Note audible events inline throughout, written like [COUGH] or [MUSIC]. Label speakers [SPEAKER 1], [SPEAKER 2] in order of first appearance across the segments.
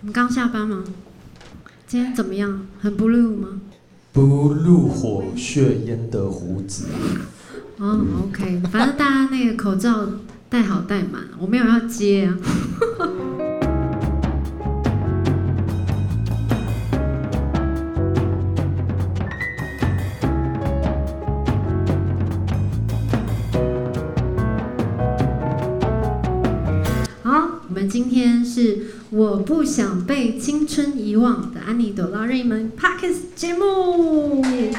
[SPEAKER 1] 你刚下班吗？今天怎么样？很 blue 吗？
[SPEAKER 2] 不入火血烟的胡子，
[SPEAKER 1] 哦、o k 反正大家那个口罩戴好戴满，我没有要接啊。好，我们今天是我不想被青春遗忘的安妮朵拉瑞门 Parkes 节目。耶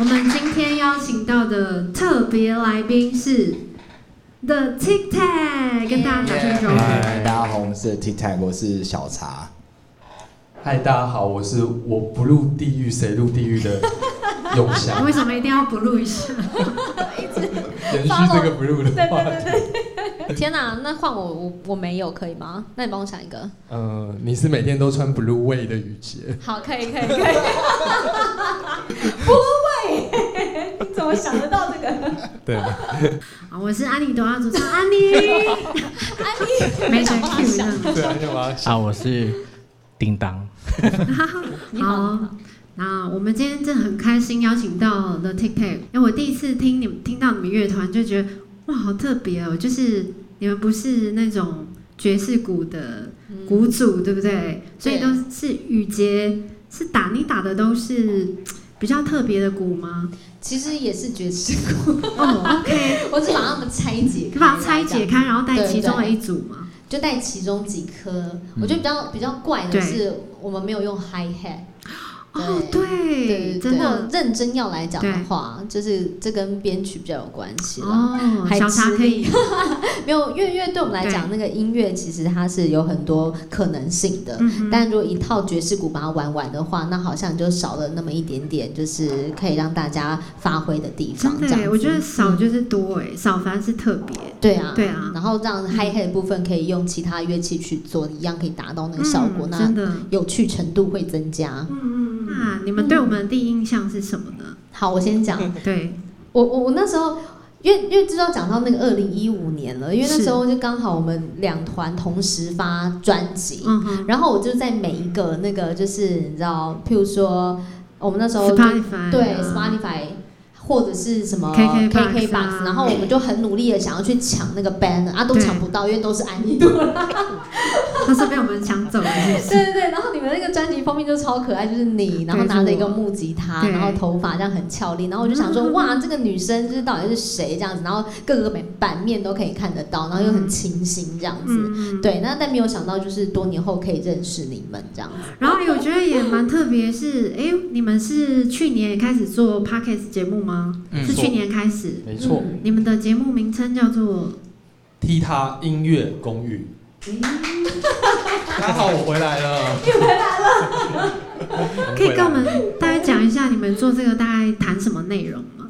[SPEAKER 1] 我们今天邀请到的特别来宾是 The Tic Tac，跟大家打声招呼。
[SPEAKER 2] 嗨
[SPEAKER 3] 大家好，我们是 Tic Tac，我是小茶。
[SPEAKER 2] 嗨，大家好，我是我不入地狱谁入地狱的永 [LAUGHS] 祥，
[SPEAKER 1] 为什么一定要不录一下？
[SPEAKER 2] 延续这个不入的话题。
[SPEAKER 4] [LAUGHS] 天哪、那换我，我我没有可以吗？那你帮我想一个。
[SPEAKER 2] 嗯、你是每天都穿 blue way 的雨杰，
[SPEAKER 4] 好，可以，可以，可以。 [LAUGHS] 不会， [LAUGHS] 你怎么想得到这个？
[SPEAKER 2] 对，
[SPEAKER 1] 啊，我是安妮朵拉主持人安妮，没
[SPEAKER 4] 安妮，
[SPEAKER 1] 人 Q 这
[SPEAKER 4] 想
[SPEAKER 1] 样。
[SPEAKER 2] 对啊，干嘛？
[SPEAKER 5] 啊，我是叮当，
[SPEAKER 4] 你好，
[SPEAKER 1] 好，那我们今天真的很开心邀请到 The Tic Tac，因为我第一次听你们听到你们乐团就觉得哇好特别哦，就是你们不是那种爵士鼓的鼓组、对不对？
[SPEAKER 4] 嗯
[SPEAKER 1] 所以都是雨节是打你打的都是比较特别的鼓
[SPEAKER 4] [LAUGHS]
[SPEAKER 1] 吗？
[SPEAKER 4] 其实也是 [LAUGHS] 爵士鼓，
[SPEAKER 1] 哦，OK，
[SPEAKER 4] [LAUGHS] 我只把它们拆解，
[SPEAKER 1] 你把它拆解，开，然后带其中的一组嘛。
[SPEAKER 4] 就带其中几颗。我觉得比较比较怪的
[SPEAKER 1] 对
[SPEAKER 4] 是，我们没有用 hi hat。
[SPEAKER 1] 哦，
[SPEAKER 4] 对
[SPEAKER 1] 对，
[SPEAKER 4] 对，
[SPEAKER 1] 真
[SPEAKER 4] 如
[SPEAKER 1] 的
[SPEAKER 4] 果认真要来讲的话，就是这跟编曲比较有关系啦。
[SPEAKER 1] 哦，
[SPEAKER 4] 还
[SPEAKER 1] 小茶
[SPEAKER 4] 吃
[SPEAKER 1] 可以
[SPEAKER 4] 没有，因为因为对我们来讲，那个音乐其实它是有很多可能性的。
[SPEAKER 1] 嗯哼
[SPEAKER 4] 但如果一套爵士鼓把它玩完的话，那好像就少了那么一点点，就是可以让大家发挥的地方。
[SPEAKER 1] [LAUGHS] 真的
[SPEAKER 4] 这样
[SPEAKER 1] 耶，
[SPEAKER 4] 子
[SPEAKER 1] 我觉得少就是多哎，少反而是特别。
[SPEAKER 4] 对啊，
[SPEAKER 1] 对啊
[SPEAKER 4] 然后让 hi hat 的部分可以用其他乐器去做，一样可以达到那个效果，
[SPEAKER 1] 嗯、
[SPEAKER 4] 那
[SPEAKER 1] 真的。
[SPEAKER 4] 有趣程度会增加。
[SPEAKER 1] 嗯嗯那你们对我们的第一印象是什么呢？
[SPEAKER 4] 好，我先讲，
[SPEAKER 1] 对，
[SPEAKER 4] 我我我那时候，因为因为知道讲到那个二零一五年了，因为那
[SPEAKER 1] 是
[SPEAKER 4] 时候就刚好我们两团同时发专辑，
[SPEAKER 1] 嗯哼
[SPEAKER 4] 然后我就在每一个那个就是你知道，譬如说我们那时候就
[SPEAKER 1] ，Spotify
[SPEAKER 4] 对
[SPEAKER 1] 啊 [LAUGHS]
[SPEAKER 4] Spotify 或者是什么
[SPEAKER 1] KKBOX 啊
[SPEAKER 4] KK Box，然后我们就很努力的想要去抢那个 banner 啊，都
[SPEAKER 1] 对
[SPEAKER 4] 抢不到，因为都是安逸度。
[SPEAKER 1] [LAUGHS] 都是被我们抢走了，是不是？
[SPEAKER 4] [LAUGHS] 对对对，然后你们那个专辑封面就超可爱，就是你，然后拿着一个木吉他，
[SPEAKER 1] 对嗯
[SPEAKER 4] 然后头发这样很俏丽，然后我就想说，哇，这个女生就是到底是谁这样子，然后各个版版面都可以看得到，然后又很清新这样子。
[SPEAKER 1] 嗯，嗯。
[SPEAKER 4] 对，那但没有想到，就是多年后可以认识你们这样子。
[SPEAKER 1] 然后我觉得也蛮特别，是哎，你们是去年也开始做 podcast 节目吗？
[SPEAKER 2] 嗯
[SPEAKER 1] 是去年开始。
[SPEAKER 2] 没错，
[SPEAKER 4] 嗯
[SPEAKER 1] 你们的节目名称叫做
[SPEAKER 2] 踢踏音乐公寓。大家好，我回来了，嗯你回来了，
[SPEAKER 1] 可以跟我们大概讲一下你们做这个大概谈什么内容吗？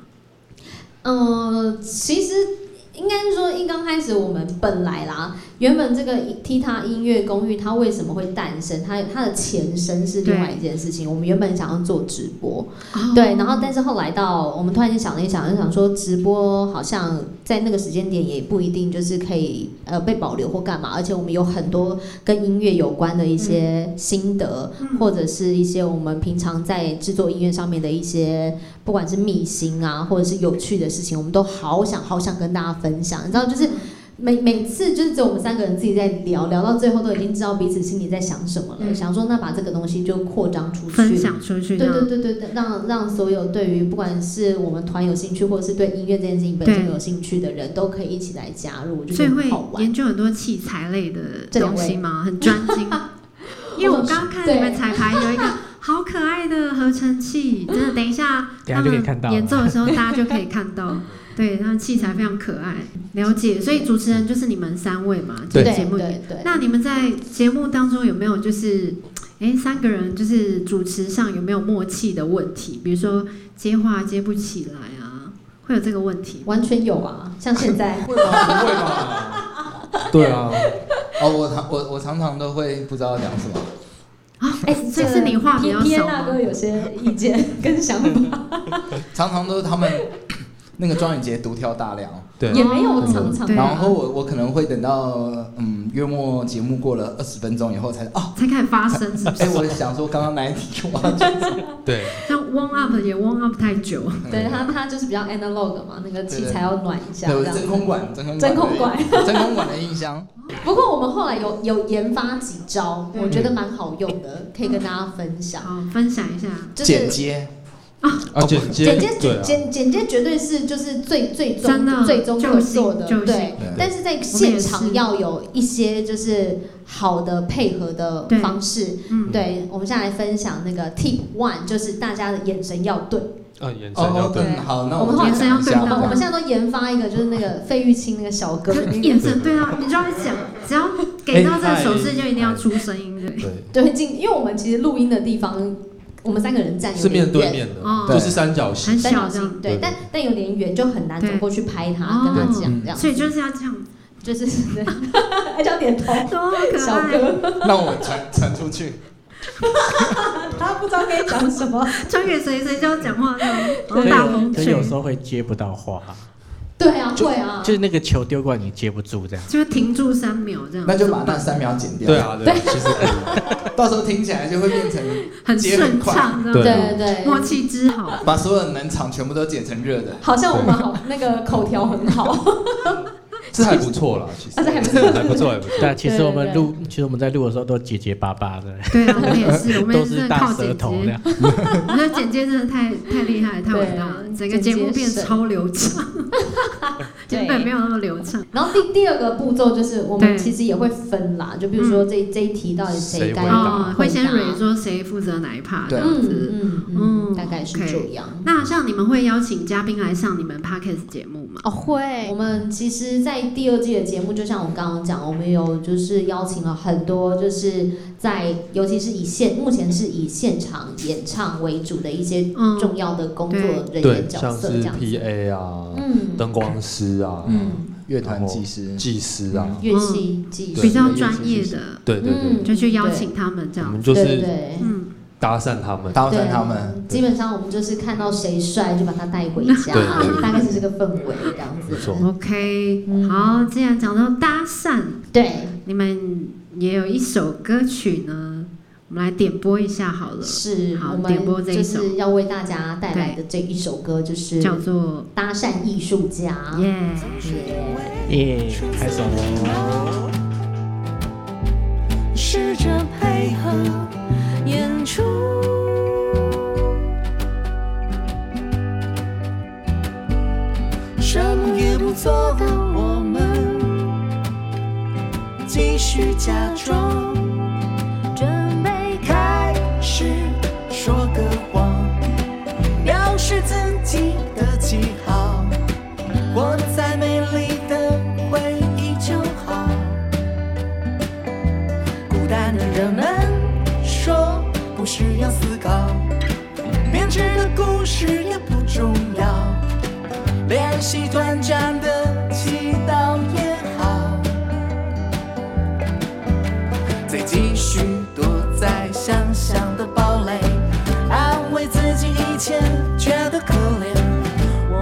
[SPEAKER 4] 嗯，其实应该是说，一刚开始我们本来啦，原本这个踢踏音乐公寓它为什么会诞生？它它的前身是另外一件事情。我们原本想要做直播，
[SPEAKER 1] 哦
[SPEAKER 4] 对，然后但是后来到我们突然间想了一想，就想说直播好像在那个时间点也不一定就是可以呃被保留或干嘛，而且我们有很多跟音乐有关的一些心得，
[SPEAKER 1] 嗯
[SPEAKER 4] 或者是一些我们平常在制作音乐上面的一些，不管是秘辛啊，或者是有趣的事情，我们都好想好想跟大家分享，你知道
[SPEAKER 1] 嗯
[SPEAKER 4] 就是。每每次就是只有我们三个人自己在聊，聊到最后都已经知道彼此心里在想什么了。
[SPEAKER 1] 嗯
[SPEAKER 4] 想说那把这个东西就扩张出去，
[SPEAKER 1] 分享出去这
[SPEAKER 4] 对
[SPEAKER 1] 样，
[SPEAKER 4] 对对对对，让让所有对于不管是我们团有兴趣，或者是对音乐这件事情本身
[SPEAKER 1] 对
[SPEAKER 4] 有兴趣的人，都可以一起来加入，我觉
[SPEAKER 1] 所以
[SPEAKER 4] 得很
[SPEAKER 1] 会
[SPEAKER 4] 好玩
[SPEAKER 1] 研。究很多器材类的
[SPEAKER 4] 这两
[SPEAKER 1] 东西
[SPEAKER 4] 位
[SPEAKER 1] 吗？很专
[SPEAKER 4] [LAUGHS]
[SPEAKER 1] 精。因为我刚看你们彩排有一个好可爱的合成器，真的，等一下
[SPEAKER 5] 等一
[SPEAKER 1] 他
[SPEAKER 5] 下就可以
[SPEAKER 1] 们
[SPEAKER 5] 看到
[SPEAKER 1] 演奏的时候，大家就可以看
[SPEAKER 5] [LAUGHS]
[SPEAKER 1] 到。对，他们器材非常可爱。了解，所以主持人就是你们三位嘛，这
[SPEAKER 4] 对
[SPEAKER 1] 个
[SPEAKER 4] 对
[SPEAKER 1] 节目里面。
[SPEAKER 4] 对对，
[SPEAKER 1] 那你们在节目当中有没有就是，哎，三个人就是主持上有没有默契的问题？比如说接话接不起来啊，会有这个问题吗？
[SPEAKER 4] 完全有啊，像现
[SPEAKER 1] [LAUGHS]
[SPEAKER 4] 在
[SPEAKER 2] 不会吧？不会吧？对啊，
[SPEAKER 3] 哦，我常我我常常都会不知道讲什么。
[SPEAKER 4] [LAUGHS] 哎，
[SPEAKER 1] 所以是你话比较
[SPEAKER 4] 偏
[SPEAKER 1] 少
[SPEAKER 4] 大
[SPEAKER 1] 吗
[SPEAKER 4] 哥啊有些意
[SPEAKER 3] 嗯
[SPEAKER 4] 见 [LAUGHS] 跟想法，
[SPEAKER 3] 常常都是他们那个庄宇杰独挑大梁，
[SPEAKER 2] 对
[SPEAKER 4] 也没有常常
[SPEAKER 5] 嗯
[SPEAKER 1] 对啊
[SPEAKER 4] 吧
[SPEAKER 3] 然后我我可能会等到嗯月末节目过了二十分钟以后才哦，
[SPEAKER 1] 才开始发生，是不
[SPEAKER 3] 哎、
[SPEAKER 1] 是？
[SPEAKER 3] 我想说刚刚哪一题我要讲
[SPEAKER 2] 对，
[SPEAKER 1] 像 warm up 也 warm up 太久，
[SPEAKER 4] [LAUGHS] 对他他就是比较 analog 嘛，那个器材要暖一下
[SPEAKER 3] 嗯
[SPEAKER 4] 这
[SPEAKER 3] 对，我
[SPEAKER 4] 样
[SPEAKER 3] 真
[SPEAKER 4] 子。
[SPEAKER 3] 空管，真空管，
[SPEAKER 4] 真空管，
[SPEAKER 3] 真空管的音箱，
[SPEAKER 4] 不过我们后来有有研发几招，
[SPEAKER 1] 嗯
[SPEAKER 4] 我觉得蛮好用的，可以跟大家分享。
[SPEAKER 1] 好，分享一下。
[SPEAKER 4] 就是哦
[SPEAKER 3] 剪接，哦
[SPEAKER 2] 啊，剪接，
[SPEAKER 4] 剪
[SPEAKER 2] 对
[SPEAKER 4] 接
[SPEAKER 2] 啊，
[SPEAKER 4] 剪剪接绝对是就是最最
[SPEAKER 1] 真
[SPEAKER 4] 终
[SPEAKER 1] 的
[SPEAKER 4] 最终可做的
[SPEAKER 1] 救星救星
[SPEAKER 4] 对
[SPEAKER 3] 对，
[SPEAKER 4] 但是在现
[SPEAKER 1] 我们
[SPEAKER 4] 场
[SPEAKER 1] 也是
[SPEAKER 4] 要有一些就是好的配合的
[SPEAKER 1] 对
[SPEAKER 4] 方式。
[SPEAKER 1] 嗯，
[SPEAKER 4] 对，我们现在来分享那个 tip one，就是大家的眼神要对。
[SPEAKER 2] 啊，眼神要
[SPEAKER 3] 哦，
[SPEAKER 2] 对，
[SPEAKER 3] 嗯，好，那
[SPEAKER 4] 我们
[SPEAKER 3] 就
[SPEAKER 4] 后来
[SPEAKER 3] 讲一
[SPEAKER 1] 对
[SPEAKER 4] 我
[SPEAKER 1] 到
[SPEAKER 4] 们
[SPEAKER 3] 下
[SPEAKER 4] 我们现在都研发一个，就是那个费玉清那个小哥，
[SPEAKER 1] 他眼神对啊，你就要讲，只要给到这个手势就一定要出声音，
[SPEAKER 6] 哎
[SPEAKER 1] 对。
[SPEAKER 2] 对，
[SPEAKER 4] 对，进，因为我们其实录音的地方，我们三个人站有
[SPEAKER 2] 是面
[SPEAKER 4] 点
[SPEAKER 2] 对
[SPEAKER 4] 远，
[SPEAKER 2] 面的，
[SPEAKER 1] 哦
[SPEAKER 2] 就是三角
[SPEAKER 1] 很
[SPEAKER 2] 形，
[SPEAKER 4] 三角
[SPEAKER 1] 小这样，
[SPEAKER 4] 形，
[SPEAKER 2] 对
[SPEAKER 4] 对，但但有点远，就很难走
[SPEAKER 1] 对
[SPEAKER 4] 过去拍他，
[SPEAKER 1] 哦
[SPEAKER 4] 跟他讲
[SPEAKER 3] 嗯
[SPEAKER 4] 这样，
[SPEAKER 1] 所以就是要这样，
[SPEAKER 4] 就是 [LAUGHS] 还叫点头，
[SPEAKER 1] 多可
[SPEAKER 4] 小
[SPEAKER 1] 爱！
[SPEAKER 4] 哥，
[SPEAKER 3] 那我传传出去，
[SPEAKER 4] 他不知道该讲什么，
[SPEAKER 1] 传给谁谁就要讲话那
[SPEAKER 5] 所
[SPEAKER 1] 种
[SPEAKER 5] 以
[SPEAKER 1] 大
[SPEAKER 5] 有
[SPEAKER 1] 风
[SPEAKER 5] 所以有
[SPEAKER 1] 吹
[SPEAKER 5] 时，候会接不到话，
[SPEAKER 4] 对啊，会啊
[SPEAKER 5] 就，是那个球丢过来你接不住这样。
[SPEAKER 1] 就停住三秒这样，
[SPEAKER 3] 那就把那三秒剪掉，
[SPEAKER 2] 对，啊，对啊，其实可以
[SPEAKER 3] 到时候听起来就会变成
[SPEAKER 1] 很顺畅，这
[SPEAKER 2] 对
[SPEAKER 4] 对
[SPEAKER 1] 样
[SPEAKER 4] 对
[SPEAKER 1] 默
[SPEAKER 4] 对，
[SPEAKER 1] 契之好。
[SPEAKER 3] 把所有的冷场全部都剪成热的，
[SPEAKER 4] 好像我们好那个口条很好，
[SPEAKER 2] 这还不错啦，其实
[SPEAKER 4] 啊 [LAUGHS] 这还不
[SPEAKER 2] 错，还不错，还不错。
[SPEAKER 5] 对啊，其实
[SPEAKER 4] 对
[SPEAKER 5] 我们
[SPEAKER 4] 对
[SPEAKER 5] 录，其实我们在录的时候都结结巴巴的，
[SPEAKER 1] 对啊，我们也是，我们
[SPEAKER 5] 都
[SPEAKER 1] 也真的
[SPEAKER 5] 是
[SPEAKER 1] 靠
[SPEAKER 5] 大舌
[SPEAKER 1] 剪
[SPEAKER 5] 头那
[SPEAKER 1] 接，
[SPEAKER 5] 样。
[SPEAKER 1] 我觉得剪接真的太太厉害，太伟大了，
[SPEAKER 4] 对
[SPEAKER 1] 整个节目
[SPEAKER 4] 剪接
[SPEAKER 1] 变
[SPEAKER 4] 神
[SPEAKER 1] 超流畅， [LAUGHS] 原本没有那么流畅。
[SPEAKER 4] 然后第第二个步骤就是我
[SPEAKER 1] 对
[SPEAKER 4] 们其实也会分啦，就比如说这这一题到底谁
[SPEAKER 2] 谁
[SPEAKER 4] 该
[SPEAKER 2] 回答
[SPEAKER 1] 哦，会先
[SPEAKER 4] 回答
[SPEAKER 1] 蕊说谁负责哪一 part 这
[SPEAKER 3] 对
[SPEAKER 1] 样
[SPEAKER 4] 嗯
[SPEAKER 1] 子。
[SPEAKER 4] 嗯
[SPEAKER 1] 嗯
[SPEAKER 4] 嗯，大概是
[SPEAKER 1] OK
[SPEAKER 4] 这样。
[SPEAKER 1] 那像你们会邀请嘉宾来上你们 podcast 节目吗？
[SPEAKER 4] 哦，会。我们其实，在第二季的节目，就像我刚刚讲，我们有就是邀请了很多，就是在尤其是以现目前是以现场演唱为主的一些
[SPEAKER 1] 嗯，
[SPEAKER 4] 重要的工作
[SPEAKER 2] [LAUGHS]
[SPEAKER 4] 人员
[SPEAKER 2] 对，
[SPEAKER 4] 角
[SPEAKER 2] 像
[SPEAKER 4] 色
[SPEAKER 2] 是
[SPEAKER 4] 这样子。
[SPEAKER 2] PA 啊，
[SPEAKER 4] 嗯
[SPEAKER 2] 灯光师啊，
[SPEAKER 4] 嗯，
[SPEAKER 3] 乐团技师，
[SPEAKER 2] 技师啊，
[SPEAKER 4] 乐器技术
[SPEAKER 1] 比较专业的，
[SPEAKER 2] 对对对，
[SPEAKER 4] 嗯
[SPEAKER 1] 就去邀请他们这
[SPEAKER 2] 我
[SPEAKER 1] 样
[SPEAKER 2] 们
[SPEAKER 1] 子。
[SPEAKER 2] 就
[SPEAKER 4] 对
[SPEAKER 2] 是
[SPEAKER 4] 对。
[SPEAKER 1] 嗯，
[SPEAKER 2] 搭讪他们，
[SPEAKER 3] 搭
[SPEAKER 4] 对
[SPEAKER 3] 讪他们，
[SPEAKER 4] 基本上我们就是看到谁帅就把他带回家
[SPEAKER 2] 对对，对
[SPEAKER 4] 大概是这个氛围这样
[SPEAKER 2] 没
[SPEAKER 4] 子。
[SPEAKER 2] 错，
[SPEAKER 1] OK，
[SPEAKER 4] 嗯
[SPEAKER 1] 好，既然讲到搭讪，
[SPEAKER 4] 对，
[SPEAKER 1] 你们也有一首歌曲呢，我们来点播一下好了，
[SPEAKER 4] 是
[SPEAKER 1] 好
[SPEAKER 4] 我
[SPEAKER 1] 点播
[SPEAKER 4] 们
[SPEAKER 1] 这一
[SPEAKER 4] 就
[SPEAKER 1] 首
[SPEAKER 4] 是要为大家带来的这一首歌，就是
[SPEAKER 1] 叫做
[SPEAKER 4] 搭讪艺术家。
[SPEAKER 1] 《耶》。
[SPEAKER 5] 耶，开始喽！
[SPEAKER 7] 试着配合演出。什么也不做的我们，继续假装，准备开始说个谎，表示自己的记号，活在美丽的回忆就好。孤单的人们说不需要思考，编织的故事也不重要，练习短暂的祈祷也好，再继续躲在想象的堡垒，安慰自己以前觉得可怜，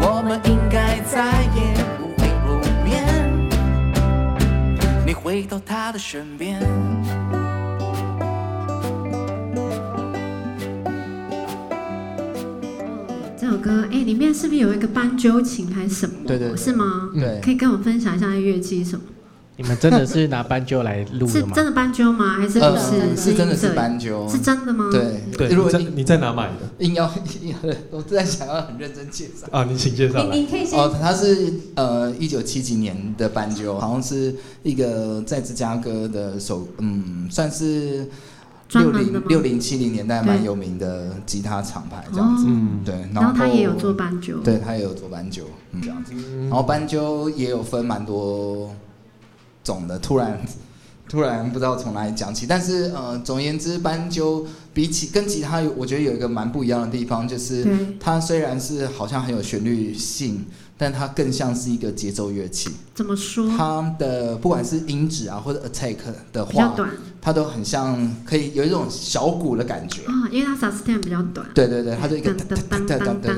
[SPEAKER 7] 我们应该再也不会露面，你回到他的身边。
[SPEAKER 1] 这首歌，哎、里面是不是有一个斑鸠琴还是什么？
[SPEAKER 3] 对对对
[SPEAKER 1] 是吗？
[SPEAKER 3] 对
[SPEAKER 1] 可以跟我分享一下乐器是什么？
[SPEAKER 5] 你们真的是拿斑鸠来录
[SPEAKER 1] 是
[SPEAKER 5] 的吗？
[SPEAKER 1] 真的斑鸠吗？还是不是？
[SPEAKER 3] 呃，是真的是
[SPEAKER 1] 音色
[SPEAKER 3] 斑鸠，
[SPEAKER 1] 是真的吗？，
[SPEAKER 3] 对
[SPEAKER 2] 对，
[SPEAKER 3] 如
[SPEAKER 2] 你
[SPEAKER 3] 果
[SPEAKER 2] 在
[SPEAKER 3] 硬
[SPEAKER 2] 你在哪买的
[SPEAKER 3] 硬要硬要，我正在想要很认真介绍。
[SPEAKER 2] 啊？你请介绍来
[SPEAKER 4] 你你可以先
[SPEAKER 3] 哦，他是呃一九七几年的斑鸠，好像是一个在芝加哥的手，嗯，算是
[SPEAKER 1] 专
[SPEAKER 3] 六
[SPEAKER 1] 门的
[SPEAKER 3] 零
[SPEAKER 1] 吗？
[SPEAKER 3] 六零七零年代
[SPEAKER 1] 对
[SPEAKER 3] 蛮有名的吉他厂牌这样子。
[SPEAKER 1] 哦，
[SPEAKER 5] 嗯，
[SPEAKER 3] 对，然
[SPEAKER 1] 然
[SPEAKER 3] 后
[SPEAKER 1] 后他也有做，斑鸠，
[SPEAKER 3] 对他也有做斑鸠，嗯，这样子。然后斑鸠也有分蛮多种的，突然突然不知道从哪里讲起，但是呃，总而言之，斑鸠比起跟吉他有，我觉得有一个蛮不一样的地方，就是
[SPEAKER 1] 对，
[SPEAKER 3] 它虽然是好像很有旋律性，但它更像是一个节奏乐器。
[SPEAKER 1] 怎么说？
[SPEAKER 3] 它的不管是音质啊，或者 attack 的
[SPEAKER 1] 嗯比较
[SPEAKER 3] 话，
[SPEAKER 1] 短
[SPEAKER 3] 它都很像可以有一种小鼓的感觉。
[SPEAKER 1] 啊，因为它 sustain 比较短。
[SPEAKER 3] 对对对，它就一个
[SPEAKER 1] 噔噔噔噔噔
[SPEAKER 3] 噔噔噔噔噔
[SPEAKER 1] 噔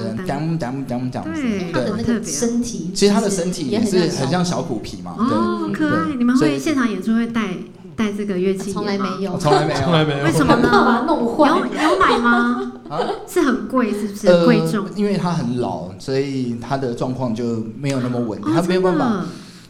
[SPEAKER 3] 噔噔噔噔噔。
[SPEAKER 1] 嗯对
[SPEAKER 4] 他
[SPEAKER 3] 对
[SPEAKER 4] 的那个身体，
[SPEAKER 3] 其实它的身体
[SPEAKER 4] 也
[SPEAKER 3] 也是
[SPEAKER 4] 像
[SPEAKER 3] 很像小鼓皮嘛，对，
[SPEAKER 1] 哦，可爱！
[SPEAKER 3] 对
[SPEAKER 1] 你们
[SPEAKER 3] 所
[SPEAKER 1] 会
[SPEAKER 3] 以
[SPEAKER 1] 现场演出会带带这个乐器？
[SPEAKER 4] 从来没。有
[SPEAKER 3] 我，从来没
[SPEAKER 2] 从来
[SPEAKER 3] 有。
[SPEAKER 2] 没有
[SPEAKER 1] 为。
[SPEAKER 2] [LAUGHS]
[SPEAKER 1] 什么
[SPEAKER 4] 很怕把
[SPEAKER 1] 呢？
[SPEAKER 4] 它弄坏。
[SPEAKER 1] 有有买吗？
[SPEAKER 3] 啊呃
[SPEAKER 1] 是很贵，是不是？贵重？
[SPEAKER 3] 因为它很老，所以它的状况就没有那么稳定，
[SPEAKER 1] 哦
[SPEAKER 3] 它没有办法
[SPEAKER 1] 真的